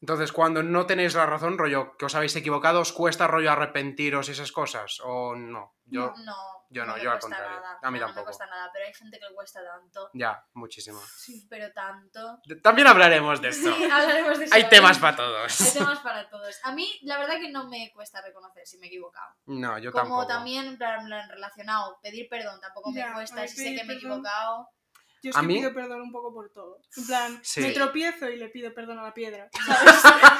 S2: Entonces, cuando no tenéis la razón, rollo, que os habéis equivocado, ¿os cuesta rollo arrepentiros y esas cosas? ¿O no? Yo,
S3: no,
S2: yo no,
S3: me
S2: yo al
S3: cuesta
S2: contrario.
S3: nada,
S2: A mí
S3: no, No
S2: tampoco.
S3: me cuesta nada, pero hay gente que le cuesta tanto,
S2: ya, muchísimo.
S3: pero tanto.
S2: De- También hablaremos de
S3: Sí,
S2: esto.
S3: hablaremos de eso.
S2: Hay temas para
S3: Hay
S2: todos.
S3: temas para todos. A mí, la verdad que no me cuesta reconocer si me he equivocado.
S2: No, yo
S3: Como
S2: tampoco.
S3: también, en plan, en plan, relacionado, pedir perdón tampoco me
S4: Ya, a
S3: cuesta
S4: mí
S3: si sé
S4: pedir
S3: que me he
S4: perdón-
S3: equivocado.
S4: Yo es
S2: A
S4: que
S2: mí-
S4: pido perdón un poco por todo. En plan,
S2: Sí.
S4: me tropiezo y le pido perdón a la piedra.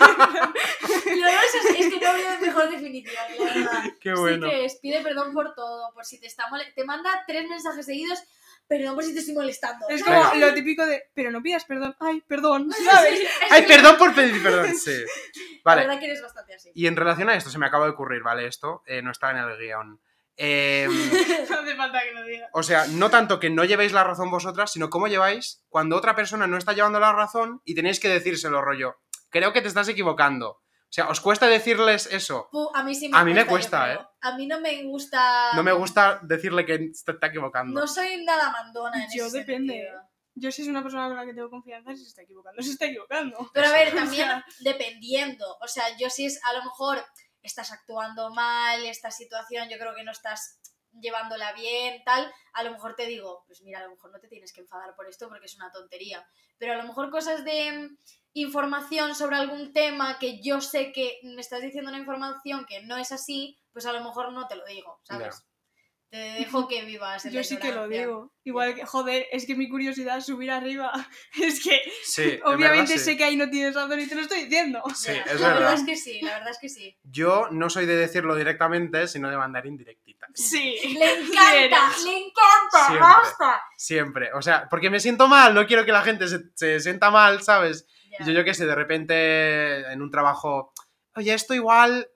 S3: Lo más es, es que no veo mejor definitiva, la verdad.
S2: Qué
S3: Sí
S2: bueno.
S3: que es, pide perdón por todo, por si te está mole- Te manda tres mensajes seguidos, perdón por si te estoy molestando.
S4: Es
S2: Venga.
S4: como lo típico de, pero no pidas perdón, ay, perdón,
S3: Sí,
S4: ¿sabes?
S3: sí, es
S2: Ay,
S3: que
S2: perdón por pedir perdón. Sí. Vale.
S3: La verdad que eres bastante así.
S2: Y en relación a esto, se me acaba de ocurrir, ¿vale? Esto eh, no está en el guión. Eh,
S4: No hace falta que lo diga.
S2: o sea, no tanto que no llevéis la razón vosotras, sino cómo lleváis cuando otra persona no está llevando la razón y tenéis que decírselo, rollo. Creo que te estás equivocando. O sea, ¿os cuesta decirles eso?
S3: Pu- A mí sí
S2: A mí me cuesta, ¿eh?
S3: yo creo. A mí no me gusta.
S2: No me gusta decirle que te está equivocando.
S3: Ah. No soy nada mandona en
S4: Yo
S3: ese
S4: depende.
S3: sentido.
S4: Yo si es una persona con la que tengo confianza, si se está equivocando, se está equivocando.
S3: Pero a ver,
S2: Sí.
S3: también
S4: O sea.
S3: dependiendo. O sea, yo si es a lo mejor estás actuando mal, esta situación, yo creo que no estás llevándola bien, tal, a lo mejor te digo, pues mira, a lo mejor no te tienes que enfadar por esto porque es una tontería. Pero a lo mejor cosas de mm, información sobre algún tema que yo sé que me estás diciendo una información que no es así, pues a lo mejor no te lo digo, ¿sabes? Te dejo que vivas. en la
S4: Yo sí que lo
S3: ignorancia.
S4: digo. Igual que, joder, es que mi curiosidad es subir arriba. Es que
S2: Sí, en verdad, sí.
S4: obviamente sé que ahí no tienes razón y te lo estoy diciendo.
S2: Sí,
S3: Ya,
S2: es
S3: la
S2: verdad.
S3: es que sí, la verdad es que sí.
S2: Yo no soy de decirlo directamente, sino de mandar indirectitas.
S4: Sí.
S3: Le encanta,
S4: eres.
S3: le encanta,
S2: Siempre.
S3: basta.
S2: Siempre. O sea, porque me siento mal, no quiero que la gente se, se sienta mal, ¿sabes?
S3: Ya.
S2: Y Yo, yo qué sé, de repente en un trabajo, oye, esto igual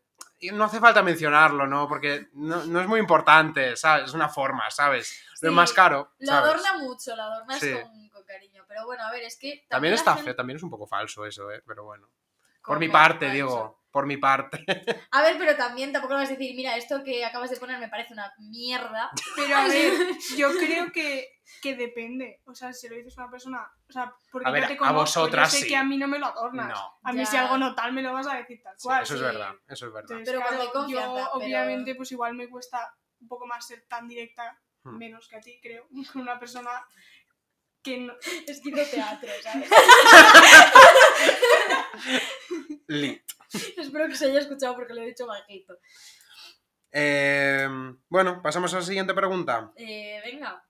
S2: no hace falta mencionarlo, ¿no? Porque no, no es muy importante, ¿sabes? Es una forma, ¿sabes? No
S3: Sí,
S2: es más caro,
S3: Lo
S2: ¿sabes?
S3: adorna mucho, lo adornas
S2: Sí.
S3: con, con cariño. Pero bueno, a ver, es que.
S2: También
S3: la
S2: está
S3: gente-
S2: feo, también es un poco falso eso, ¿eh? Pero bueno.
S3: como
S2: Por mi
S3: me-
S2: parte,
S3: me ha
S2: digo, por mi parte.
S3: dicho. A ver, pero también tampoco le vas a decir, mira, esto que acabas de poner me parece una mierda.
S4: Pero a ver, yo creo que, que depende. O sea, si lo dices a una persona, o sea, porque
S2: A ver,
S4: yo te
S2: a
S4: conozco,
S2: vosotras
S4: yo sé
S2: sí.
S4: que a mí no me lo adornas.
S2: No.
S4: A mí
S3: Ya.
S4: si algo no tal me lo vas a decir tal
S2: Sí,
S4: cual.
S2: eso es
S3: sí.
S2: verdad, eso es verdad.
S4: Entonces,
S3: Pero cuando hay
S4: claro, yo
S3: confianza, pero-
S4: obviamente pues igual me cuesta un poco más ser tan directa,
S2: Hmm.
S4: menos que a ti creo, con una persona que no...
S3: Es que teatro, ¿sabes?
S2: Lit.
S3: Espero que se haya escuchado porque lo he dicho bajito.
S2: Eh, bueno, pasamos a la siguiente pregunta.
S3: Eh, venga.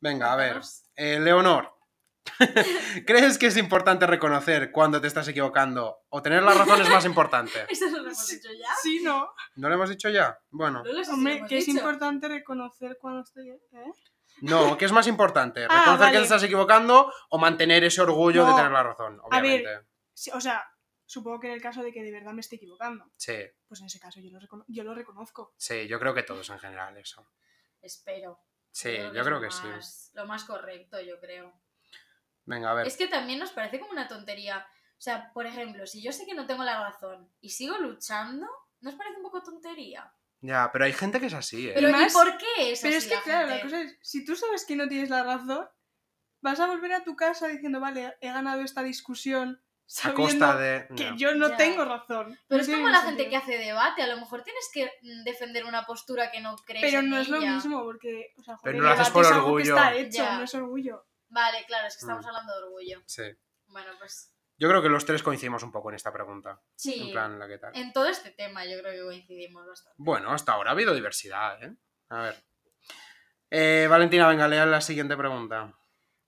S2: Venga, a ver.
S3: cuéntanos.
S2: Eh, Leonor, ¿crees que es importante reconocer cuando te estás equivocando o tener la razón es más importante?
S3: Eso no lo hemos dicho ya.
S4: Sí, no.
S2: ¿No lo hemos dicho ya? Bueno,
S3: No lo sé si Ah, lo
S4: Hombre,
S3: hemos
S4: que es
S3: dicho.
S4: importante reconocer cuando estoy. ¿eh?
S2: no, ¿qué es más importante?
S4: Ah,
S2: ¿Reconocer que te
S4: vale.
S2: estás equivocando o mantener ese orgullo de
S4: No.
S2: tener la razón?
S4: A ver.
S2: Obviamente.
S4: Sí, o sea, supongo que en el caso de que de verdad me esté equivocando,
S2: Sí,
S4: pues en ese caso yo lo, recono- yo lo reconozco.
S2: sí, yo creo que todos en general eso.
S3: Espero.
S2: Sí,
S3: es
S2: yo creo
S3: lo
S2: que sí.
S3: más- Lo más correcto, yo creo.
S2: Venga, a ver.
S3: Es que también nos parece como una tontería. O sea, por ejemplo, si yo sé que no tengo la razón y sigo luchando, ¿nos parece un poco tontería?
S2: Ya, pero hay gente que es así, ¿eh?
S3: Pero ¿y
S4: más-
S3: por qué es
S4: Pero es
S3: así
S4: que,
S3: la
S4: claro, la
S3: gente?
S4: cosa es: si tú sabes que no tienes la razón, vas a volver a tu casa diciendo, vale, he ganado esta discusión
S2: A
S4: sabiendo
S2: costa de...
S4: que
S2: no.
S4: yo no
S3: Ya.
S4: tengo razón. No
S3: Pero es
S4: tiene
S3: como la
S4: ningún
S3: gente que
S4: sentido.
S3: hace debate, a lo mejor tienes que mm, defender una postura que no crees
S4: Pero
S3: en
S4: no es lo
S3: ella.
S4: mismo, porque. O sea, joder,
S2: Pero no lo haces
S4: debate
S2: por
S4: es algo que
S2: orgullo.
S4: Está hecho,
S3: Ya.
S4: no es orgullo.
S3: Vale, claro, es que estamos
S2: Mm.
S3: hablando de orgullo.
S2: Sí.
S3: Bueno, pues
S2: Yo creo que los tres coincidimos un poco en esta pregunta.
S3: sí.
S2: En plan, la que tal.
S3: En todo este tema yo creo que coincidimos bastante.
S2: Bueno, hasta ahora ha habido diversidad, ¿eh? A ver. Eh, Valentina, venga, lea la siguiente pregunta.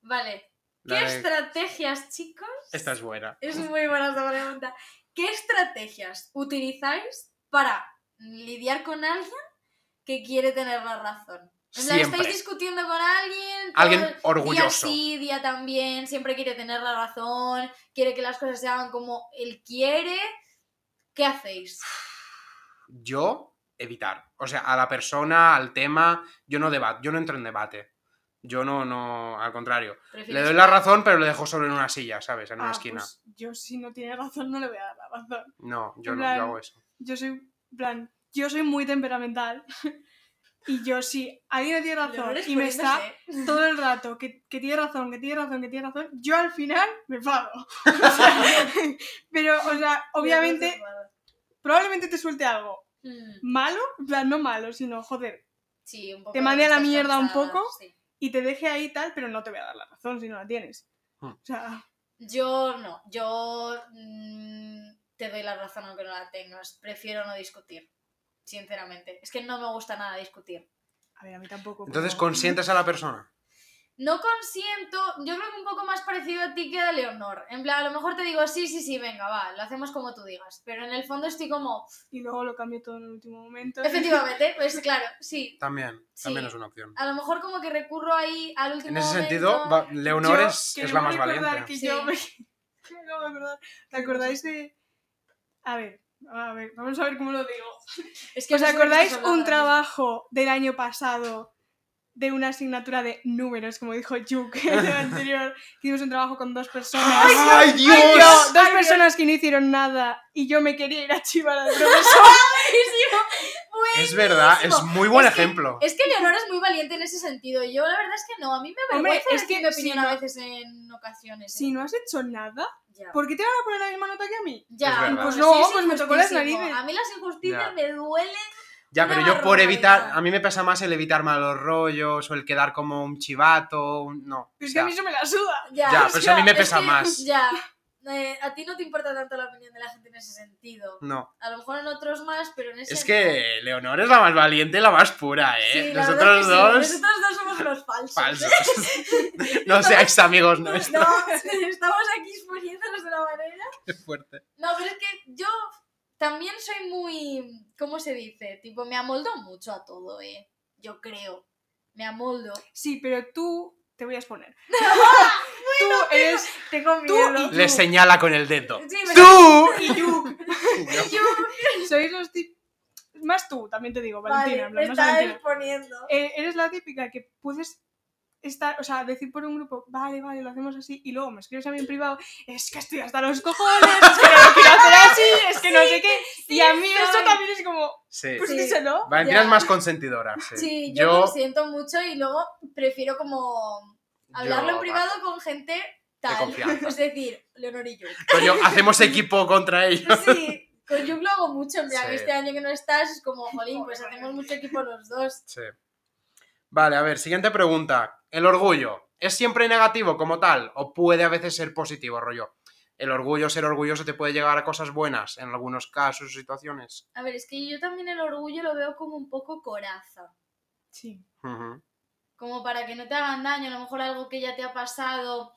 S3: Vale. ¿Qué
S2: La de-
S3: estrategias, chicos?
S2: Esta es buena.
S3: Es muy buena esta pregunta. ¿Qué estrategias utilizáis para lidiar con alguien que quiere tener la razón? O sea,
S2: Siempre.
S3: estáis discutiendo con alguien, todo
S2: Alguien
S3: el día
S2: orgulloso.
S3: sí, día también, siempre quiere tener la razón, quiere que las cosas se hagan como él quiere. ¿Qué hacéis?
S2: Yo, evitar. O sea, a la persona, al tema, yo no debato, yo no entro en debate. Yo no, no, al contrario. Le
S3: ¿Prefieres-
S2: doy la razón, pero le dejo solo en una silla, ¿sabes? En una
S4: Ah,
S2: esquina.
S4: pues yo, si no tiene razón, no le voy a dar la razón.
S2: No, yo
S4: en
S2: no,
S4: plan-
S2: yo hago eso.
S4: yo soy, en plan, yo soy muy temperamental. Y yo, si alguien no tiene razón
S3: Leonor
S4: y me está
S3: exponiéndose.
S4: todo el rato que, que tiene razón, que tiene razón, que tiene razón, yo al final me enfado. Pero, o sea, obviamente, probablemente te suelte algo
S3: Mm,
S4: malo, en plan, no malo, sino joder,
S3: Sí, un poco
S4: Te
S3: de
S4: mandé a la
S3: estás
S4: mierda un
S3: cansada,
S4: poco.
S3: sí.
S4: y te deje ahí tal, pero no te voy a dar la razón si no la tienes.
S2: Hmm.
S4: O sea,
S3: Yo no, yo mm, te doy la razón aunque no la tengas. Prefiero no discutir, sinceramente. Es que no me gusta nada discutir.
S4: a ver, a mí tampoco. pues,
S2: Entonces,
S4: pero-
S2: consientes a la persona.
S3: No consiento, yo creo que un poco más parecido a ti que a Leonor. En plan, a lo mejor te digo, sí, sí, sí, venga, va, lo hacemos como tú digas. Pero en el fondo estoy como,
S4: Y luego lo cambio todo en el último momento.
S3: efectivamente, pues claro, sí.
S2: También, también
S3: Sí.
S2: es una opción.
S3: A lo mejor como que recurro ahí al último
S2: En ese
S3: momento.
S2: sentido, va- Leonor
S4: Yo
S2: es, es
S4: queremos
S2: la más
S4: recordar
S2: valiente.
S4: Que
S3: Sí.
S4: yo me... que me acabo de acordar. ¿Te acordáis de.? A ver, a ver, vamos a ver cómo lo digo.
S3: Es que
S4: ¿Os
S3: no sé de qué
S4: acordáis
S3: estás hablando
S4: un
S3: ahora mismo.
S4: trabajo del año pasado de una asignatura de números, como dijo Juk en el anterior? Que hicimos un trabajo con dos personas.
S2: ¡Ay, Dios!
S4: Yo, dos personas que no hicieron nada y yo me quería ir a chivar al profesor.
S2: Es verdad, es
S3: Buenísimo.
S2: muy buen
S3: Es que-
S2: ejemplo.
S3: Es que Leonor es muy valiente en ese sentido. Yo la verdad es que no. A mí me
S4: Hombre,
S3: avergüenza
S4: es
S3: decir
S4: que
S3: mi opinión
S4: si no-
S3: a veces en ocasiones. ¿eh?
S4: si no has hecho nada,
S3: Ya.
S4: ¿por qué te van a poner la misma nota que a mí?
S2: Es
S3: Ya,
S2: verdad.
S4: Pues
S3: sí,
S4: no,
S3: es
S4: pues me tocó las
S3: injustísimo.
S4: narices.
S3: A mí las injusticias
S2: Ya.
S3: me duelen.
S2: Ya,
S3: Una
S2: pero yo por evitar,
S3: barbaridad.
S2: a mí me pesa más el evitar malos rollos o el quedar como un chivato, un- no. o
S4: Pero es que
S2: sea,
S4: a mí eso me la suda.
S3: Ya,
S2: Ya,
S3: o
S2: pero
S3: sea,
S2: eso a mí me
S3: es
S2: pesa
S3: que-
S2: más.
S3: Ya. Eh, a ti no te importa tanto la opinión de la gente en ese sentido.
S2: No,
S3: A lo mejor en otros más, pero en ese
S2: es que Leonor es la más valiente y la más pura,
S3: no.
S2: ¿eh?
S3: Sí, la verdad
S2: Nosotros
S3: que sí.
S2: dos,
S3: Nosotros dos somos los falsos.
S2: falsos. no seáis amigos
S3: No,
S2: nuestros.
S3: estamos aquí exponiéndonos de una manera.
S2: Qué fuerte.
S3: No, pero es que yo también soy muy, ¿cómo se dice? Tipo, me amoldo mucho a todo, ¿eh? Yo creo. Me amoldo.
S4: Sí, pero tú te voy a exponer. tú eres
S3: Tengo
S4: tú y
S2: Le
S4: tú.
S2: señala con el dedo.
S3: Sí, me-
S2: ¡Tú!
S4: y Juk.
S3: Yo,
S4: Sois los tip... Más tú, también te digo, Valentina.
S3: vale,
S4: en
S3: me
S4: plan, más
S3: estaba
S4: Valentina.
S3: exponiendo.
S4: Eh, eres la típica que puedes estar, o sea, decir por un grupo, vale, vale, lo hacemos así, y luego me escribes a mí en privado, es que estoy hasta los cojones, es que no lo quiero hacer así, es que no sé qué. y a mí
S3: soy.
S4: eso también es como,
S2: Sí.
S4: pues
S3: Sí.
S4: díselo.
S2: Valentina es
S3: Ya.
S2: más consentidora, sí.
S3: Sí, yo,
S2: yo,
S3: lo siento mucho y luego prefiero como hablarlo en
S2: yo-
S3: privado con gente tal.
S2: confianza.
S3: Es decir, Leonor y yo.
S2: Coño, Pues hacemos equipo contra ellos.
S3: Sí, con Juk lo hago mucho, en plan,
S2: Sí.
S3: este año que no estás es como, jolín, pues hacemos mucho equipo los dos.
S2: Sí. Vale, a ver, siguiente pregunta. El orgullo. ¿Es siempre negativo como tal? ¿O puede a veces ser positivo, rollo? el orgullo, ser orgulloso, te puede llevar a cosas buenas en algunos casos, situaciones.
S3: A ver, es que yo también el orgullo lo veo como un poco coraza.
S4: Sí.
S2: Ujú.
S3: Como para que no te hagan daño, a lo mejor algo que ya te ha pasado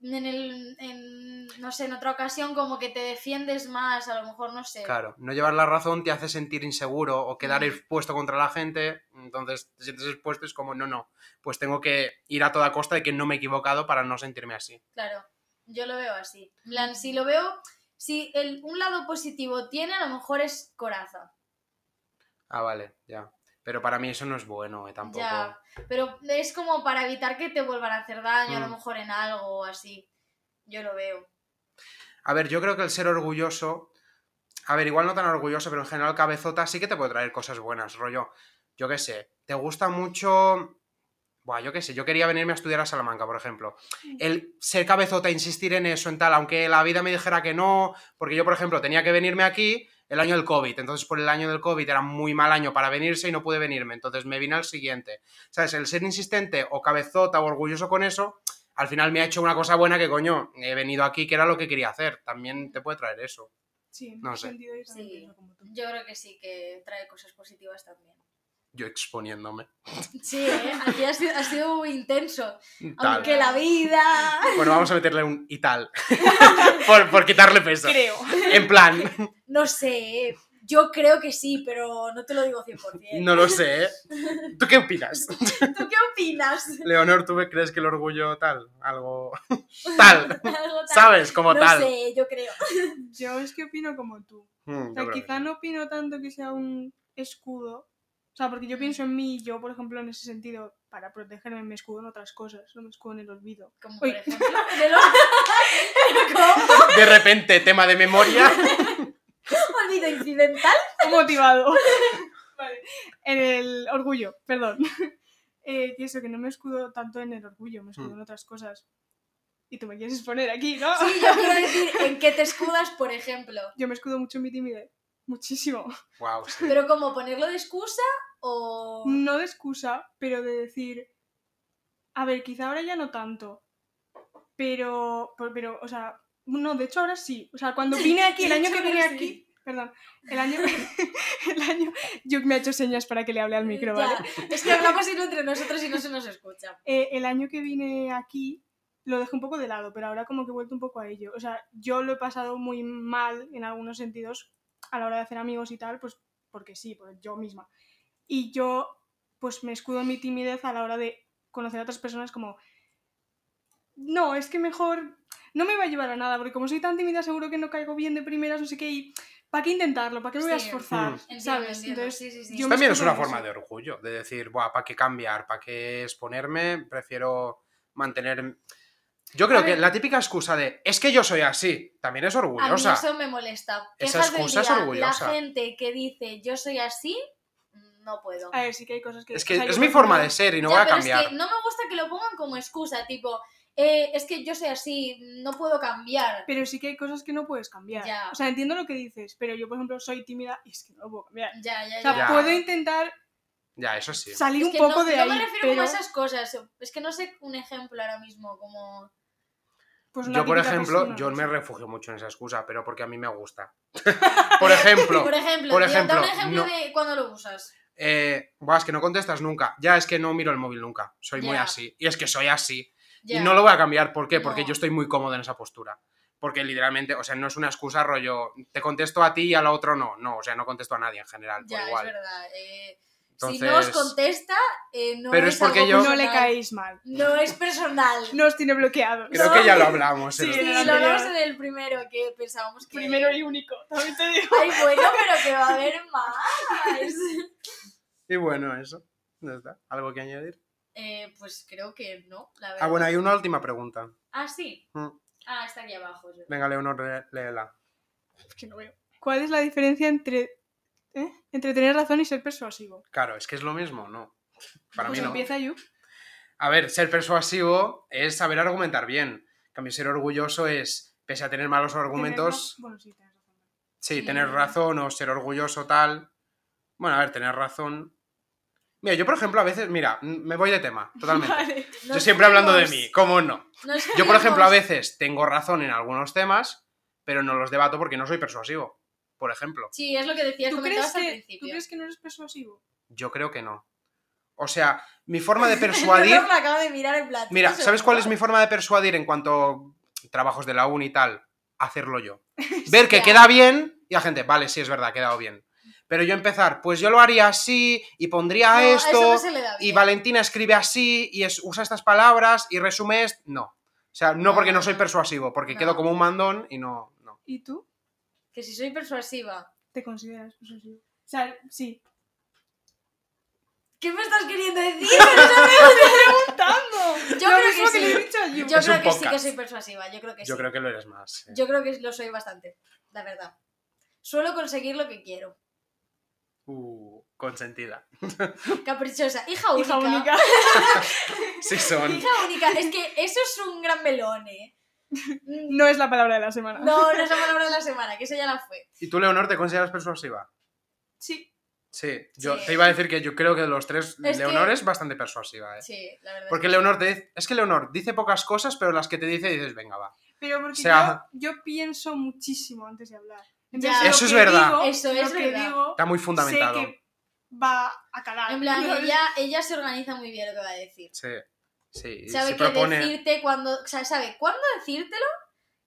S3: en el, en, no sé, en otra ocasión, como que te defiendes más, a lo mejor, no sé.
S2: Claro, no llevar la razón te hace sentir inseguro o quedar
S3: Mm.
S2: expuesto contra la gente, entonces te sientes expuesto y es como, no, no, pues tengo que ir a toda costa de que no me he equivocado para no sentirme así.
S3: Claro, yo lo veo así. En plan, si lo veo, si el, un lado positivo tiene, a lo mejor es coraza.
S2: Ah, vale, ya. Pero para mí eso no es bueno eh, tampoco.
S3: Ya. Pero es como para evitar que te vuelvan a hacer daño, a lo
S2: Mm.
S3: mejor en algo o así. Yo lo veo.
S2: A ver, yo creo que el ser orgulloso, a ver, igual no tan orgulloso, pero en general cabezota sí que te puede traer cosas buenas, rollo. Yo qué sé, te gusta mucho... Buah, yo qué sé, yo quería venirme a estudiar a Salamanca, por ejemplo. El ser cabezota, insistir en eso, en tal, aunque la vida me dijera que no, porque yo, por ejemplo, tenía que venirme aquí el año del COVID, entonces por el año del COVID era muy mal año para venirse y no pude venirme, entonces me vine al siguiente. ¿Sabes? El ser insistente o cabezota o orgulloso con eso al final me ha hecho una cosa buena que, coño, he venido aquí que era lo que quería hacer. También te puede traer eso.
S4: Sí, en
S2: No
S4: ese
S2: sé.
S4: sentido yo también
S3: Sí.
S4: pienso como tú.
S3: Yo creo que sí que trae cosas positivas también.
S2: Yo exponiéndome.
S3: Sí, ¿eh? aquí ha sido, ha sido muy intenso.
S2: Tal.
S3: Aunque la vida.
S2: Bueno, vamos a meterle un y tal. por, por quitarle peso.
S4: Creo.
S2: En plan,
S3: No sé, yo creo que sí, pero no te lo digo 100%.
S2: no lo sé. ¿eh? ¿Tú qué opinas?
S3: ¿Tú qué opinas?
S2: Leonor, ¿tú me crees que el orgullo tal? Algo. tal.
S3: Algo tan-
S2: ¿Sabes? Como
S3: no
S2: tal.
S3: sé, yo creo.
S4: Yo es que opino como tú.
S2: Mm,
S4: O
S2: yo
S4: sea,
S2: creo que
S4: quizá
S2: sí.
S4: no opino tanto que sea un escudo. O sea, porque yo pienso en mí y yo, por ejemplo, en ese sentido, para protegerme me escudo en otras cosas, no me escudo en el olvido.
S3: Como
S4: Uy.
S3: por ejemplo, en el olvido- ¿Cómo?
S2: De repente, tema de memoria.
S3: olvido incidental.
S4: ¡Qué motivado! Vale. En el orgullo, perdón. Eh, que eso, que no me escudo tanto en el orgullo, me escudo
S2: Mm.
S4: en otras cosas. Y tú me quieres exponer aquí, ¿no?
S3: Sí, yo quiero decir en qué te escudas, por ejemplo.
S4: Yo me escudo mucho en mi timidez. Muchísimo.
S2: wow,
S3: Pero como ponerlo de excusa o...
S4: No de excusa, pero de decir. A ver, quizá ahora ya no tanto. Pero. por- Pero, o sea. No, de hecho ahora sí. O sea, cuando vine aquí, el
S3: De
S4: año
S3: hecho,
S4: que vine
S3: ahora sí.
S4: aquí. Perdón. El año. El año. Yuk me ha hecho señas para que le hable al micro, ¿vale?
S3: Ya, Es que hablamos sino entre nosotros y no se nos escucha.
S4: Eh, el año que vine aquí lo dejé un poco de lado, pero ahora como que he vuelto un poco a ello. O sea, yo lo he pasado muy mal en algunos sentidos a la hora de hacer amigos y tal, pues porque sí, por yo misma. Y yo pues me escudo en mi timidez a la hora de conocer a otras personas como no, es que mejor no me va a llevar a nada, porque como soy tan tímida seguro que no caigo bien de primeras, no sé qué, y ¿para qué intentarlo? ¿Para qué me voy a
S3: Sí.
S4: esforzar?
S2: Mm.
S3: Entiendo,
S4: ¿Sabes?
S3: entiendo.
S4: Entonces,
S3: Sí, sí, sí.
S4: yo me
S2: También es
S4: escudo
S2: una
S4: en
S2: forma
S4: eso.
S2: de orgullo, de decir, buah, ¿para qué cambiar? ¿Para qué exponerme? Prefiero mantener... Yo creo
S4: A
S2: que
S4: ver.
S2: la típica excusa de, es que yo soy así, también es
S3: A mí
S2: orgullosa.
S3: eso me molesta.
S2: Esa
S3: Quejas del
S2: excusa es
S3: día,
S2: orgullosa.
S3: La gente que dice yo soy así, no puedo.
S4: A ver, sí que hay cosas que...
S2: Es que
S4: o sea,
S2: es
S4: yo,
S2: mi
S4: por
S2: forma
S4: ejemplo,
S2: de ser y no
S3: Ya,
S2: voy a
S3: pero
S2: cambiar.
S3: Es que no me gusta que lo pongan como excusa, tipo, "Eh, es que yo soy así, no puedo cambiar.
S4: Pero sí que hay cosas que no puedes cambiar.
S3: Ya.
S4: O sea, entiendo lo que dices, pero yo, por ejemplo, soy tímida y es que no lo puedo cambiar.
S3: Ya, ya,
S4: O sea,
S3: ya.
S4: puedo intentar
S2: Ya, eso sí.
S4: salir
S3: Es
S4: un
S3: que
S4: poco
S3: no,
S4: de
S3: no
S4: ahí,
S3: me refiero
S4: pero
S3: como a esas cosas. Es que no sé un ejemplo ahora mismo, como...
S4: pues una
S2: Yo, por
S4: típica
S2: ejemplo,
S4: persona,
S2: yo
S4: no
S2: me
S4: sé.
S2: refugio mucho en esa excusa, pero porque a mí me gusta. por ejemplo,
S3: Por e ejemplo,
S2: por
S3: tío, da
S2: ejemplo,
S3: un ejemplo
S2: no-
S3: de cuando lo usas.
S2: eh, buah, es que no contestas nunca. Ya, es que no miro el móvil nunca. Soy muy
S3: Ya.
S2: así. Y es que soy así.
S3: Ya.
S2: Y no lo voy a cambiar. ¿Por qué? Porque
S3: No.
S2: yo estoy muy cómodo en esa postura. Porque literalmente, o sea, no es una excusa rollo, te contesto a ti y al otro no. No, o sea, no contesto a nadie en general. por
S3: Ya,
S2: igual.
S3: es verdad. eh, Si
S2: Entonces,
S3: no os contesta, eh, no
S2: Pero es porque
S3: algo
S2: yo-
S4: No le
S3: personal.
S4: caéis mal.
S3: No es personal.
S4: No os tiene bloqueados.
S2: creo
S3: No.
S2: que ya lo hablamos.
S4: Sí,
S2: en los-
S3: Sí,
S4: el
S3: lo hablamos en
S4: anterior.
S3: el primero, que pensábamos que...
S4: Primero y único, también te digo.
S3: Ay, bueno, pero que va a haber más.
S2: Y bueno, eso. Ya está. ¿Algo que añadir?
S3: Eh, pues creo que no, la verdad.
S2: Ah, bueno, hay una última pregunta.
S3: Ah, sí.
S2: Mm.
S3: Ah, está aquí abajo. yo.
S2: Venga, Leonor, lé- léela.
S4: Es que no veo. ¿Cuál es la diferencia entre, eh, entre tener razón y ser persuasivo?
S2: Claro, es que es lo mismo, ¿no? Para
S4: pues
S2: mí no.
S4: empieza yo.
S2: A ver, ser persuasivo es saber argumentar bien. En cambio, ser orgulloso es, pese a tener malos argumentos,
S4: Bueno, sí, tienes razón.
S2: Sí,
S3: Sí.
S2: tener razón o ser orgulloso tal. Bueno, a ver, tener razón. Mira, yo por ejemplo a veces, mira, m- me voy de tema, totalmente.
S4: Vale.
S2: Yo siempre hablando de mí, ¿cómo no?
S3: Nos
S2: Yo por ejemplo a
S3: fuimos-
S2: veces tengo razón en algunos temas, pero no los debato porque no soy persuasivo, por ejemplo.
S3: Sí, es lo que decías,
S4: ¿Tú crees,
S3: comentabas al
S4: que, ¿Tú
S3: principio.
S4: crees que no eres persuasivo?
S2: Yo creo que no. O sea, mi forma de
S3: El
S2: persuadir...
S3: doctor me acaba de mirar en plan, ¿tú
S2: Mira,
S3: estás
S2: ¿sabes cuál es
S3: seguro?
S2: mi forma de persuadir en cuanto a trabajos de la uni y tal? Hacerlo yo. Ver que
S3: Ya.
S2: queda bien y la gente, vale, sí, es verdad, ha quedado bien. Pero yo empezar, pues yo lo haría así y pondría
S3: No, eso
S2: esto
S3: no se le da
S2: y
S3: bien.
S2: Valentina escribe así y es- usa estas palabras y resume esto. No. O sea, no porque no soy persuasivo, porque
S3: Ah, No.
S2: quedo como un mandón y no. no.
S4: ¿Y tú?
S3: Que si soy persuasiva.
S4: ¿Te consideras persuasivo? O sea, sí.
S3: ¿Qué me estás queriendo decir?
S4: ¡Tando!
S3: Yo
S4: Lo
S3: creo
S4: mismo
S3: que
S4: que
S3: sí.
S4: le he dicho a Yu.
S3: Yo
S2: Es
S3: creo
S2: un
S3: que sí que
S2: podcast.
S3: soy persuasiva, yo creo que
S2: Yo
S3: Pues sí.
S2: creo que lo eres más. eh. sí.
S3: Yo creo que lo soy bastante, la verdad. Suelo conseguir lo que quiero.
S2: Uh, consentida.
S3: Caprichosa. Hija única.
S4: Hija única.
S2: Sí, son.
S3: Hija única. Es que eso es un gran melón, ¿eh? Mm,
S4: No es la palabra de la semana.
S3: No, no es la palabra de la semana, que esa ya la fue.
S2: ¿Y tú, Leonor, te consideras persuasiva?
S4: Sí.
S2: Sí, yo
S3: Sí.
S2: te iba a decir que yo creo que de los tres,
S3: Es que-
S2: Leonor es bastante persuasiva. ¿eh?
S3: Sí, la verdad.
S2: Porque Leonor te dice, es que Leonor dice pocas cosas, pero las que te dice dices, venga, va.
S4: Pero porque
S2: O sea-
S4: yo, yo pienso muchísimo antes de hablar.
S3: Ya.
S4: lo
S2: Eso es
S4: que
S2: verdad.
S4: digo-
S3: Eso es
S4: lo que
S3: verdad.
S4: digo,
S2: Está muy fundamentado.
S4: sé que va a calar.
S3: En plan,
S4: ¿sabes?
S3: ella, ella se organiza muy bien lo que va a decir.
S2: Sí, sí. y
S3: Sabe
S2: se
S3: qué
S2: propone...
S3: decirte cuando. O sea, sabe cuándo decírtelo,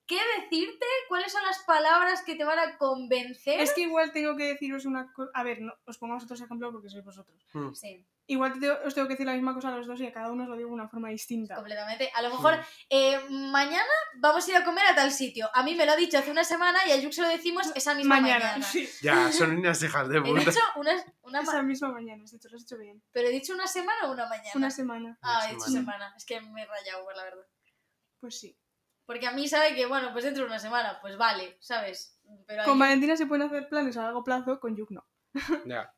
S3: qué decirte, cuáles son las palabras que te van a convencer.
S4: Es que igual tengo que deciros una cosa. A ver, no, os pongo a vosotros ejemplo porque sois vosotros.
S2: Mm.
S3: Sí,
S4: Igual te- os tengo que decir la misma cosa a los dos y a cada uno os lo digo de una forma distinta.
S3: completamente. A lo mejor
S2: Mm,
S3: eh, mañana vamos a ir a comer a tal sitio. A mí me lo ha dicho hace una semana y a Yuk se lo decimos esa misma mañana.
S4: sí.
S2: Ya, son unas hijas de
S3: He
S2: puta.
S3: dicho una, una ma-
S4: Esa misma mañana, has dicho, lo has hecho bien.
S3: pero he dicho una semana o una mañana.
S4: Una semana,
S3: ah, he dicho
S2: Semana.
S3: semana. Es que me he rayado, la verdad.
S4: pues sí.
S3: Porque a mí sabe que, bueno, pues dentro de una semana, pues vale, ¿sabes? Pero a
S4: Con
S3: Yuk-
S4: Valentina se pueden hacer planes a largo plazo, con Yuk no.
S2: Ya.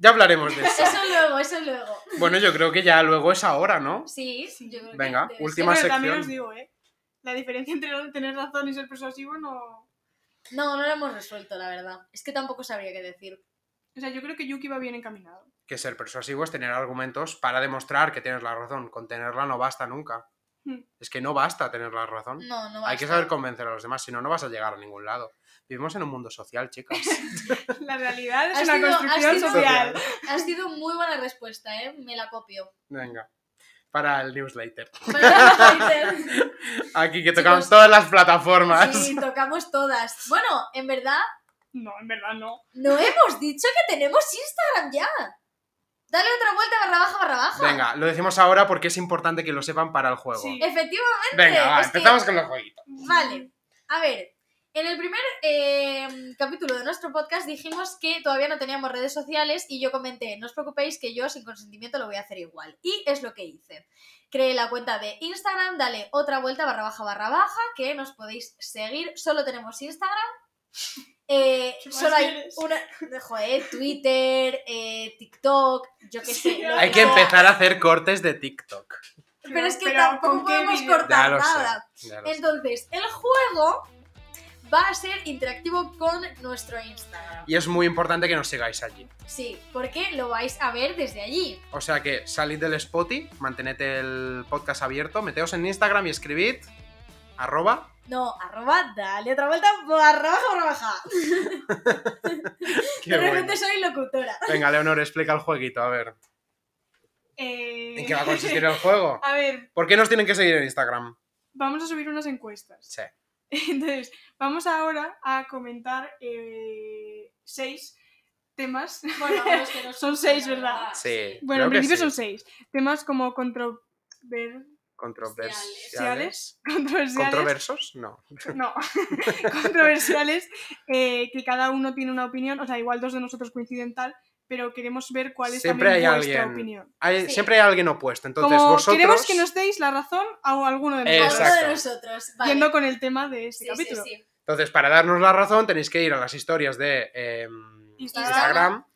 S2: Ya hablaremos de eso.
S3: Eso luego, eso luego.
S2: Bueno, yo creo que ya luego es ahora, ¿no?
S3: Sí, yo creo que
S2: Venga,
S3: debe
S2: última
S4: Pero también
S2: sección.
S4: os digo, ¿eh? La diferencia entre tener razón y ser persuasivo no...
S3: ser. No, no lo hemos resuelto, la verdad. Es que tampoco sabría qué decir.
S4: O sea, yo creo que Yuki va bien encaminado.
S2: Que ser persuasivo es tener argumentos para demostrar que tienes la razón. Con tenerla no basta nunca.
S4: Hmm.
S2: Es que no basta tener la razón.
S3: Mm. No, no va
S2: Hay que saber convencer a los demás, si no, no vas a llegar a ningún lado. Vivimos en un mundo social, chicas.
S4: La realidad es
S3: Has
S4: una
S3: sido- has
S4: construcción
S3: sido-
S4: social.
S3: Ha sido muy buena respuesta, ¿eh? Me la copio.
S2: Venga. Para el newsletter.
S3: Para Twitter.
S2: Aquí que
S3: Chicos,
S2: tocamos todas las plataformas.
S3: Sí, tocamos todas. Bueno, en verdad,
S4: No, en verdad no.
S3: no hemos dicho que tenemos Instagram ya. Dale otra vuelta barra baja barra baja.
S2: Venga, lo decimos ahora porque es importante que lo sepan para el juego.
S4: Sí.
S3: Efectivamente.
S2: Venga, va,
S3: es que-
S2: empezamos con los jueguitos.
S3: Vale. A ver, en el primer eh, capítulo de nuestro podcast dijimos que todavía no teníamos redes sociales y yo comenté, no os preocupéis que yo sin consentimiento lo voy a hacer igual. Y es lo que hice. Creé la cuenta de Instagram, dale otra vuelta barra baja barra baja, que nos podéis seguir. Solo tenemos Instagram. Eh,
S4: ¿Qué más
S3: solo hay
S4: quieres?
S3: una. Joder, Twitter, eh, TikTok, yo qué sé.
S4: Sí,
S3: lo
S2: Hay que
S3: sea.
S2: empezar a hacer cortes de TikTok.
S3: Pero es que
S4: Pero,
S3: tampoco
S4: ¿con qué
S3: podemos
S4: vídeo?
S2: Ya
S3: cortar
S2: lo
S3: nada.
S2: sé. ya lo sé.
S3: Entonces, el juego va a ser interactivo con nuestro Instagram.
S2: Y es muy importante que nos sigáis allí.
S3: Sí, porque lo vais a ver desde allí.
S2: O sea que salid del Spotify, mantened el podcast abierto, meteos en Instagram y escribid arroba.
S3: No, arroba, dale otra vuelta, barra baja, barra baja.
S2: Qué
S3: De
S2: bueno.
S3: repente soy locutora.
S2: Venga, Leonor, explica el jueguito, a ver.
S4: Eh,
S2: ¿En qué va a consistir el juego?
S4: A
S3: Ah.
S4: ver,
S2: ¿Por qué nos tienen que seguir en Instagram?
S4: vamos a subir unas encuestas.
S2: Sí.
S4: Entonces, vamos ahora a comentar eh, seis temas.
S3: Bueno, es que no
S4: Son seis, ¿verdad?
S2: Sí.
S4: Bueno,
S2: creo
S4: en
S2: que
S4: principio
S2: sí.
S4: son seis. Temas como controver-
S2: Controversiales.
S4: controversiales.
S2: ¿Controversos? No.
S4: No, controversiales, eh, que cada uno tiene una opinión, o sea, igual dos de nosotros coinciden tal, pero queremos ver cuál es
S2: Siempre
S4: también
S2: hay
S4: vuestra
S2: alguien.
S4: opinión.
S2: Hay-
S3: Sí.
S2: Siempre hay alguien opuesto, entonces
S4: Como
S2: vosotros...
S4: queremos que nos deis la razón a alguno de
S3: Alguno
S4: nosotros,
S2: Exacto.
S3: de nosotros. Vale.
S4: yendo con el tema de este
S3: Sí, sí,
S4: capítulo.
S3: sí.
S2: Entonces, para darnos la razón, tenéis que ir a las historias de em,
S4: Instagram.
S2: Instagram,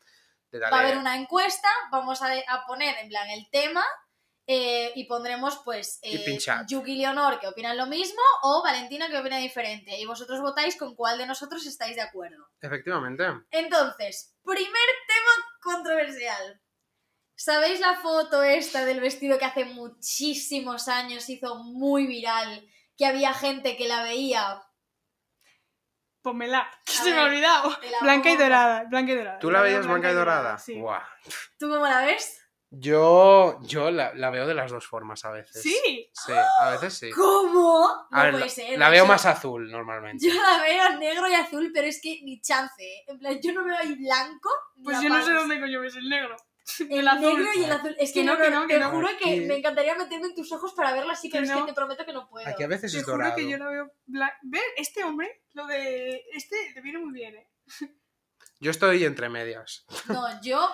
S2: de
S3: Va a
S2: darle-
S3: haber una encuesta, vamos a, a poner en plan el tema eh, y pondremos pues
S2: Y
S3: eh,
S2: pinchad.
S3: Yuki y Leonor que opinan lo mismo o Valentina que opina diferente y vosotros votáis con cuál de nosotros estáis de acuerdo.
S2: Efectivamente.
S3: Entonces, primer tema controversial. ¿Sabéis la foto esta del vestido que hace muchísimos años hizo muy viral? Que había gente que la veía.
S4: Pónmela. que
S3: A
S4: Se me ha
S3: ver,
S4: olvidado.
S3: te la
S4: Blanca y
S3: pongo.
S4: dorada. Blanca y dorada.
S2: ¿Tú la veías blanca y dorada?
S4: Sí.
S2: Buah.
S3: ¿Tú cómo la ves?
S2: Yo, yo la, la veo de las dos formas a veces.
S4: Sí.
S2: Sí, a veces sí.
S3: ¿Cómo? No
S2: A ver,
S3: puede
S2: la,
S3: ser.
S2: la
S3: o
S2: veo
S3: sea,
S2: más azul normalmente.
S3: Yo la veo negro y azul, pero es que ni chance. ¿eh? En plan, yo no veo ahí blanco. ni
S4: Pues
S3: a
S4: yo no sé
S3: palos.
S4: dónde coño ves el negro.
S3: El
S4: El azul.
S3: negro y el azul. Es que,
S4: Que
S3: no,
S4: no,
S3: no,
S4: que no, que
S3: te
S4: no.
S3: juro que
S2: Aquí-
S3: me encantaría meterme en tus ojos para verla así, pero
S4: Que
S3: es
S4: no.
S3: que te prometo que no puedo.
S2: Aquí a veces
S4: Te
S2: es
S4: juro
S2: dorado.
S4: que yo la veo blanca. ¿Ves? Este hombre, lo de. Este te viene muy bien, ¿eh?
S2: Yo estoy entre medias.
S3: No, yo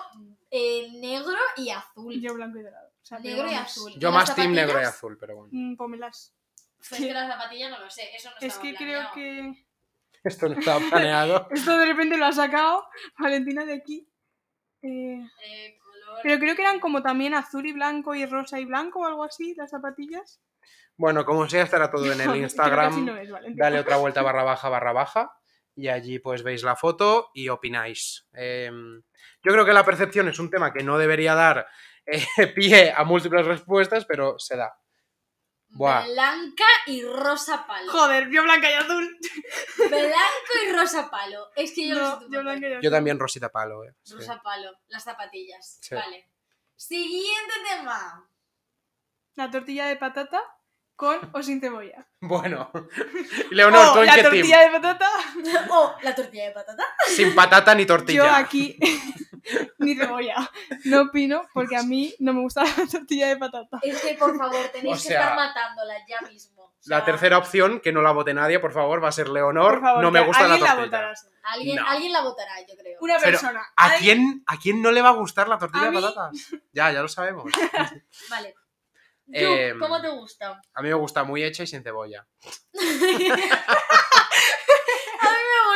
S3: eh, negro y azul.
S4: Yo blanco y dorado. O sea,
S3: negro y
S4: vamos,
S3: azul.
S2: Yo
S3: ¿Y las
S2: más team negro y
S3: zapatillas?
S2: azul, pero bueno.
S4: mm, Pónmelas.
S3: Pues es que las zapatillas no lo sé, eso no
S4: Es
S3: estaba
S4: que creo
S3: planeado.
S4: que.
S2: Esto no estaba planeado.
S4: Esto de repente lo ha sacado Valentina de aquí. Eh,
S3: Eh, color-
S4: pero creo que eran como también azul y blanco y rosa y blanco o algo así, las zapatillas.
S2: Bueno, como sea, estará todo en
S4: Creo
S2: el
S4: que así
S2: Instagram.
S4: no es, Valentina.
S2: Dale otra vuelta barra baja barra baja. Y allí pues veis la foto y opináis. Eh, yo creo que la percepción es un tema que no debería dar eh, pie a múltiples respuestas, pero se da. Buah.
S3: Blanca y rosa palo.
S4: Joder, yo blanca y azul.
S3: Blanco y rosa palo. Es que yo no, sé
S4: No,
S3: tú
S4: yo
S3: por
S4: blanca y azul.
S2: Yo también Rosita Palo. eh,
S3: qué.
S2: sí.
S3: Rosa palo, las zapatillas.
S2: Sí.
S3: Vale. Siguiente tema.
S4: La tortilla de patata con o sin cebolla.
S2: Bueno. Leonor,
S4: Oh,
S2: ¿tú en
S4: la
S2: qué team?
S4: tortilla de patata.
S3: Oh, la tortilla de patata.
S2: Sin patata ni tortilla.
S4: Yo aquí ni cebolla. No opino porque a mí no me gusta la tortilla de patata.
S3: Es que por favor, tenéis
S2: O
S3: que
S2: sea,
S3: estar matándola ya mismo. O sea,
S2: La tercera opción, que no la vote nadie, por favor, va a ser Leonor.
S4: Por favor,
S2: no me
S4: que
S2: gusta la
S4: alguien
S2: tortilla.
S4: votará.
S3: Alguien,
S2: No.
S3: alguien la votará, yo creo.
S4: Una
S2: Pero,
S4: persona.
S2: ¿A
S4: Alguien-
S2: quién, ¿A quién no le va a gustar la tortilla
S4: A
S2: de
S4: mí-
S2: patatas? Ya, ya lo sabemos.
S3: Vale. Yu,
S2: Eh,
S3: ¿Cómo te gusta?
S2: A mí me gusta muy hecha y sin cebolla.
S3: Me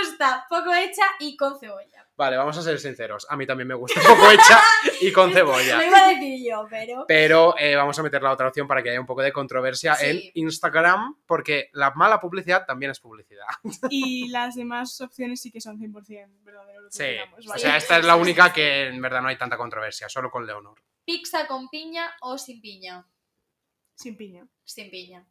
S3: gusta poco hecha y con cebolla.
S2: Vale, vamos a ser sinceros. A mí también me gusta un poco hecha y con
S3: Lo
S2: cebolla.
S3: iba a decir yo, pero.
S2: Pero eh, vamos a meter la otra opción para que haya un poco de controversia
S3: Sí.
S2: en Instagram, porque la mala publicidad también es publicidad.
S4: Y las demás opciones sí que son 100% verdadero lo que
S2: Sí.
S4: opinamos,
S2: O
S4: ¿vale?
S2: sea, esta es la única que en verdad no hay tanta controversia, solo con Leonor.
S3: ¿Pizza con piña o sin piña?
S4: Sin piña.
S3: Sin piña.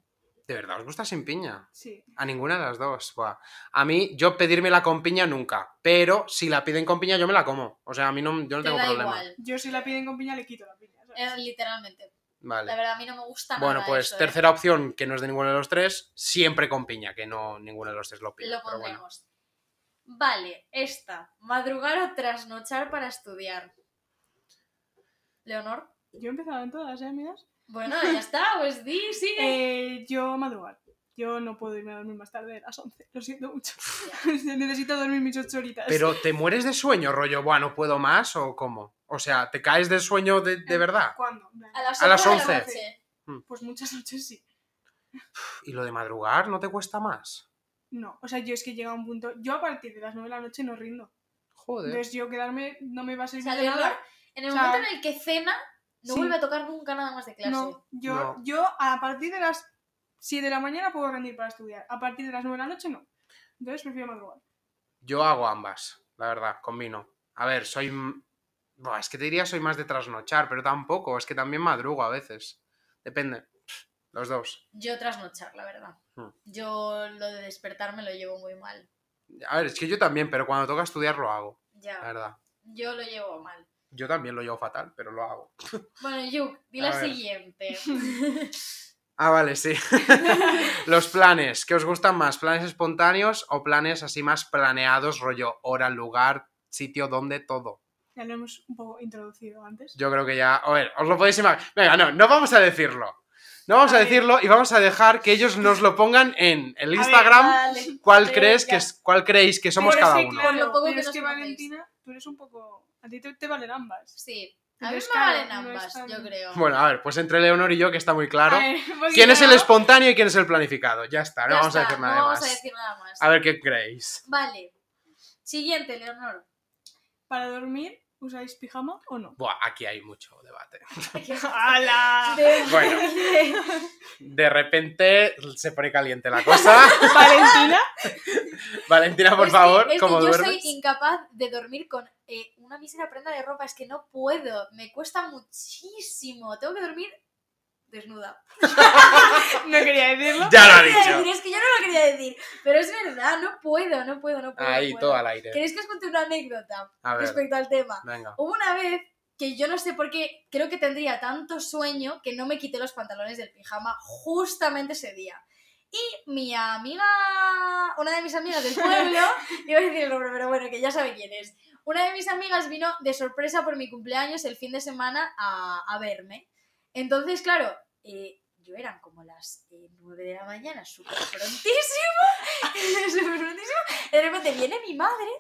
S2: ¿De verdad os gusta sin piña?
S4: Sí.
S2: A ninguna de las dos. buah. A mí, yo pedírmela con piña nunca. Pero si la piden con piña, yo me la como. O sea, a mí no, yo no
S3: te
S2: tengo
S3: da
S2: problema.
S3: igual.
S4: Yo si la piden con piña le quito la piña. ¿sabes?
S3: Eh, literalmente. La
S2: Vale.
S3: verdad, a mí no me gusta nada.
S2: Bueno, pues
S3: eso, ¿eh?
S2: tercera opción, que no es de ninguno de los tres, siempre con piña, que no ninguno de los tres lo pide.
S3: Lo
S2: pero bueno.
S3: pondremos. Vale, esta. Madrugar o trasnochar para estudiar. Leonor.
S4: Yo he empezado en todas, ¿eh, amigas?
S3: Bueno, ya está, pues di, sigue.
S4: Eh, yo madrugar. Yo no puedo irme a dormir más tarde de las 11. Lo siento mucho. Necesito dormir mis 8 horitas.
S2: Pero te mueres de sueño, rollo, bueno, no puedo más o cómo. O sea, te caes de sueño de, de verdad.
S4: ¿Cuándo?
S3: a las,
S2: a las
S3: 11 de
S2: 11.
S3: la noche.
S4: Pues muchas noches sí.
S2: Y lo de madrugar no te cuesta más.
S4: No, o sea, yo es que llega un punto. Yo a partir de las 9 de la noche no rindo.
S2: Joder.
S4: Entonces yo quedarme no me va a
S3: O
S4: servir
S3: sea,
S4: de nada.
S3: Leonor, en el
S4: O sea,
S3: momento en el que cena, no
S4: sí.
S3: vuelve a tocar nunca nada más de clase.
S4: No, yo,
S2: No.
S4: yo a partir de las 7 de la mañana puedo rendir para estudiar. A partir de las 9 de la noche no. Entonces prefiero madrugar.
S2: Yo hago ambas, la verdad, combino. A ver, soy... m- Buah, es que te diría soy más de trasnochar, pero tampoco, es que también madrugo a veces. Depende. Los dos.
S3: Yo trasnochar, la verdad.
S2: Hmm.
S3: Yo lo de despertarme lo llevo muy mal.
S2: A ver, es que yo también, pero cuando toca estudiar lo hago,
S3: Ya,
S2: la verdad.
S3: yo lo llevo mal.
S2: Yo también lo llevo fatal, pero lo hago.
S3: Bueno, Yuk, di
S2: A
S3: la
S2: ver.
S3: siguiente.
S2: Ah, vale, sí. Los planes. ¿Qué os gustan más? ¿Planes espontáneos o planes así más planeados, rollo hora, lugar, sitio, donde, todo?
S4: Ya lo hemos un poco introducido antes.
S2: Yo creo que ya... A ver, os lo podéis imaginar. Venga, no, no vamos a decirlo. No vamos a,
S4: A ver.
S2: decirlo y vamos a dejar que ellos nos lo pongan en el Instagram.
S4: Vale.
S2: ¿Cuál,
S3: venga.
S2: crees que, es- ¿Cuál creéis que somos
S4: Pero es
S2: cada
S4: que,
S2: uno?
S4: claro,
S3: Por lo poco
S4: pero
S3: que
S4: es
S3: nos
S4: que
S3: conocéis.
S4: Valentina, tú eres un poco. A ti te, te valen ambas.
S3: sí, a mí
S4: Entonces,
S3: me
S4: claro,
S3: valen
S4: no es
S3: ambas,
S4: tan-
S3: yo creo.
S2: Bueno, a ver, pues entre Leonor y yo, que está muy claro.
S4: A ver, pues
S2: ¿Quién es el
S4: ya.
S2: espontáneo y quién es el planificado? Ya está, no
S3: Ya
S2: vamos a
S3: está,
S2: decir nada
S3: no
S2: más.
S3: vamos a decir nada más.
S2: A ver qué creéis.
S3: Vale. Siguiente, Leonor.
S4: Para dormir, ¿Usáis pijama o no?
S2: Buah, aquí hay mucho debate.
S4: ¡Hala!
S3: De-
S2: Bueno. De repente se pone caliente la cosa.
S4: Valentina,
S2: Valentina, por
S3: Es que-
S2: favor,
S3: es que
S2: ¿cómo
S3: yo
S2: duermes?
S3: soy incapaz de dormir con eh, una mísera prenda de ropa. Es que no puedo. Me cuesta muchísimo. Tengo que dormir desnuda.
S4: no quería decirlo.
S2: Ya lo ha
S3: Quería
S2: dicho.
S3: decir, es que yo no lo quería decir. Pero es verdad, no puedo, no puedo, no puedo. no
S2: Ahí,
S3: puedo.
S2: todo al aire.
S3: ¿Queréis que os cuente una anécdota
S2: A ver,
S3: respecto al tema?
S2: venga.
S3: Hubo una vez que yo no sé por qué, creo que tendría tanto sueño que no me quité los pantalones del pijama justamente ese día. Y mi amiga, una de mis amigas del pueblo, iba a decir el nombre, pero bueno, que ya sabe quién es. Una de mis amigas vino de sorpresa por mi cumpleaños el fin de semana a, a verme. Entonces, claro, eh, yo eran como las eh, 9 de la mañana, súper prontísimo, súper prontísimo. De repente viene mi madre,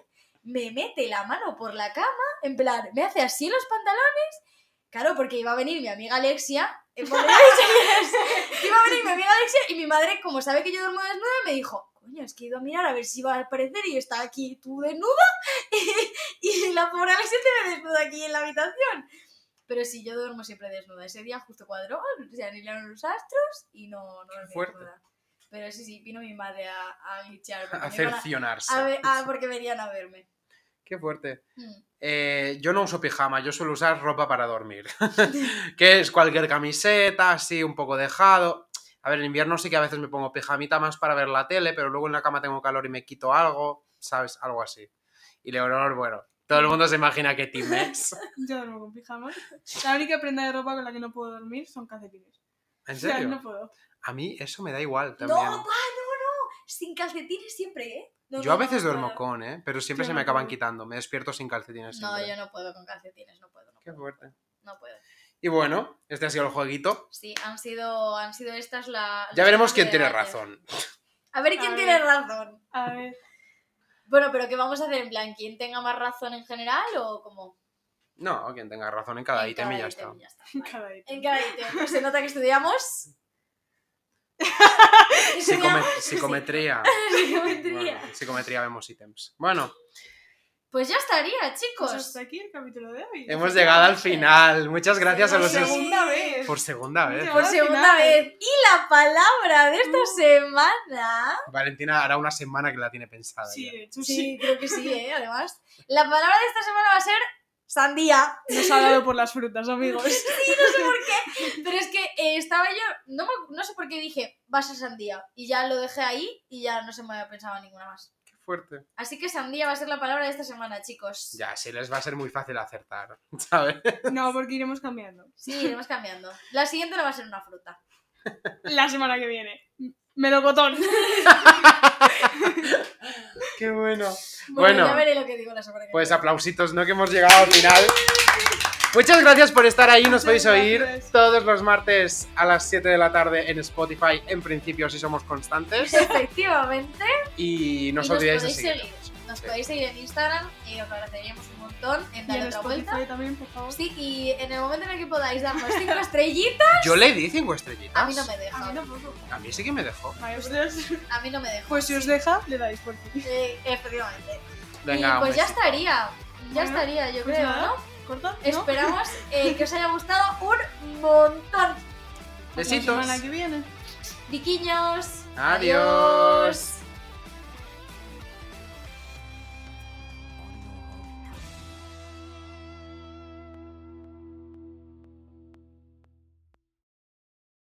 S3: me mete la mano por la cama, en plan, me hace así los pantalones. Claro, porque iba a venir mi amiga Alexia. eh, por- iba a venir mi amiga Alexia y mi madre, como sabe que yo duermo desnuda, me dijo, coño, es que he ido a mirar a ver si va a aparecer y está aquí tú desnuda. Y, la pobre Alexia te ve desnuda aquí en la habitación. Pero sí, yo duermo siempre desnuda. Ese día justo cuadró, se anilaron los astros y no, no dormí
S2: fuerte.
S3: desnuda. Pero sí, sí, vino mi madre a, a glitchar. porque me iban a-
S2: Acercionarse.
S3: a ver- ah, porque venían a verme.
S2: Qué fuerte.
S3: Mm.
S2: Eh, yo no uso pijama, yo suelo usar ropa para dormir. que es cualquier camiseta, así, un poco dejado. A ver, en invierno sí que a veces me pongo pijamita más para ver la tele, pero luego en la cama tengo calor y me quito algo, ¿sabes? Algo así. Y Leonor, bueno, todo el mundo se imagina que team es.
S4: Yo duermo con pijama. La única prenda de ropa con la que no puedo dormir son calcetines.
S2: ¿En
S4: O sea,
S2: serio?
S4: no puedo.
S2: A mí eso me da igual
S3: No,
S2: también.
S3: pa, no, no. Sin calcetines siempre, ¿eh? No,
S2: yo a
S3: no, no,
S2: veces
S3: no
S2: duermo
S3: puedo.
S2: con, ¿eh? Pero siempre
S4: Yo
S2: se
S4: no
S2: me acaban
S4: puedo.
S2: quitando. Me despierto sin calcetines.
S3: No,
S2: siempre.
S3: yo no puedo con calcetines, no puedo, no
S2: Qué
S3: puedo.
S2: fuerte.
S3: No puedo.
S2: Y bueno, este ha sido el jueguito.
S3: Sí, han sido, han sido estas la.
S2: Ya
S3: los
S2: veremos
S3: temas
S2: quién
S3: de
S2: tiene
S3: debate.
S2: razón.
S3: A ver
S4: A
S3: quién
S4: ver.
S3: tiene razón.
S4: A ver,
S3: Bueno, pero ¿qué vamos a hacer? ¿En plan, quién tenga más razón en general o como?
S2: No, quien tenga razón en cada
S3: En
S2: ítem y ya
S3: ítem
S2: está.
S3: vale.
S4: cada ítem.
S3: En cada ítem. Se nota que estudiamos.
S2: Psicome-
S3: Estudiamos-
S2: psicometría.
S3: sí, psicometría.
S2: Bueno, en psicometría vemos ítems. Bueno,
S3: Pues ya estaría,
S4: Pues
S3: chicos.
S4: hasta aquí el capítulo de hoy.
S2: hemos llegado al final. Muchas gracias a
S4: Por
S2: los...
S3: Sí.
S4: segunda vez.
S2: Por segunda vez.
S4: Muchas
S3: Por
S4: Al
S3: segunda
S4: final.
S3: vez. Y la palabra de esta semana.
S2: Valentina hará una semana que la tiene pensada.
S4: Sí,
S2: ya.
S4: de hecho sí.
S3: Sí, creo que sí, ¿eh? Además, la palabra de esta semana va a ser sandía.
S4: Nos ha dado por las frutas, amigos.
S3: Pero es que eh, estaba yo, no, me- no sé por qué dije, va a ser sandía. Y ya lo dejé ahí y ya no se me había pensado en ninguna más.
S2: Qué fuerte.
S3: Así que sandía va a ser la palabra de esta semana, chicos.
S2: Ya, sí, les va a ser muy fácil acertar, ¿sabes?
S4: No, porque iremos cambiando.
S3: Sí, iremos cambiando. La siguiente no va a ser una fruta.
S4: La semana que viene. Melocotón.
S2: Qué bueno.
S3: Bueno,
S2: Bueno.
S3: ya veré lo que digo la semana que
S2: Pues
S3: viene.
S2: aplausitos, ¿no? Que hemos llegado al final. Muchas gracias por estar ahí. Nos
S4: Muchas
S2: podéis oír
S4: gracias.
S2: todos los martes a las 7 de la tarde en Spotify, en principio, si somos constantes.
S3: Efectivamente.
S2: Y no
S3: y
S2: os
S3: nos
S2: olvidéis de
S3: podéis seguir.
S2: seguirnos.
S3: Nos
S2: Sí.
S3: podéis seguir en Instagram y os agradeceríamos un montón en
S4: Y en
S3: darle otra vuelta.
S4: Spotify también, por favor.
S3: Sí, y en el momento en el que podáis darnos cinco estrellitas,
S2: Yo le di 5 estrellitas.
S3: a mí no me
S4: A
S3: deja.
S4: mí tampoco.
S2: A mí sí que me dejó.
S4: Vale, pues,
S3: A mí no me deja.
S4: pues si os deja, le dais por fin.
S3: Eh, efectivamente.
S2: Venga,
S3: y pues
S2: un
S3: ya
S2: besito.
S3: estaría. Ya
S4: Bueno,
S3: estaría, yo
S4: pues
S3: creo,
S4: nada,
S3: ¿no?
S4: ¿Corta? ¿No?
S3: Esperamos eh, que os haya gustado un montón.
S4: La semana
S2: Besitos.
S4: que viene.
S3: Viquiños.
S2: Adiós.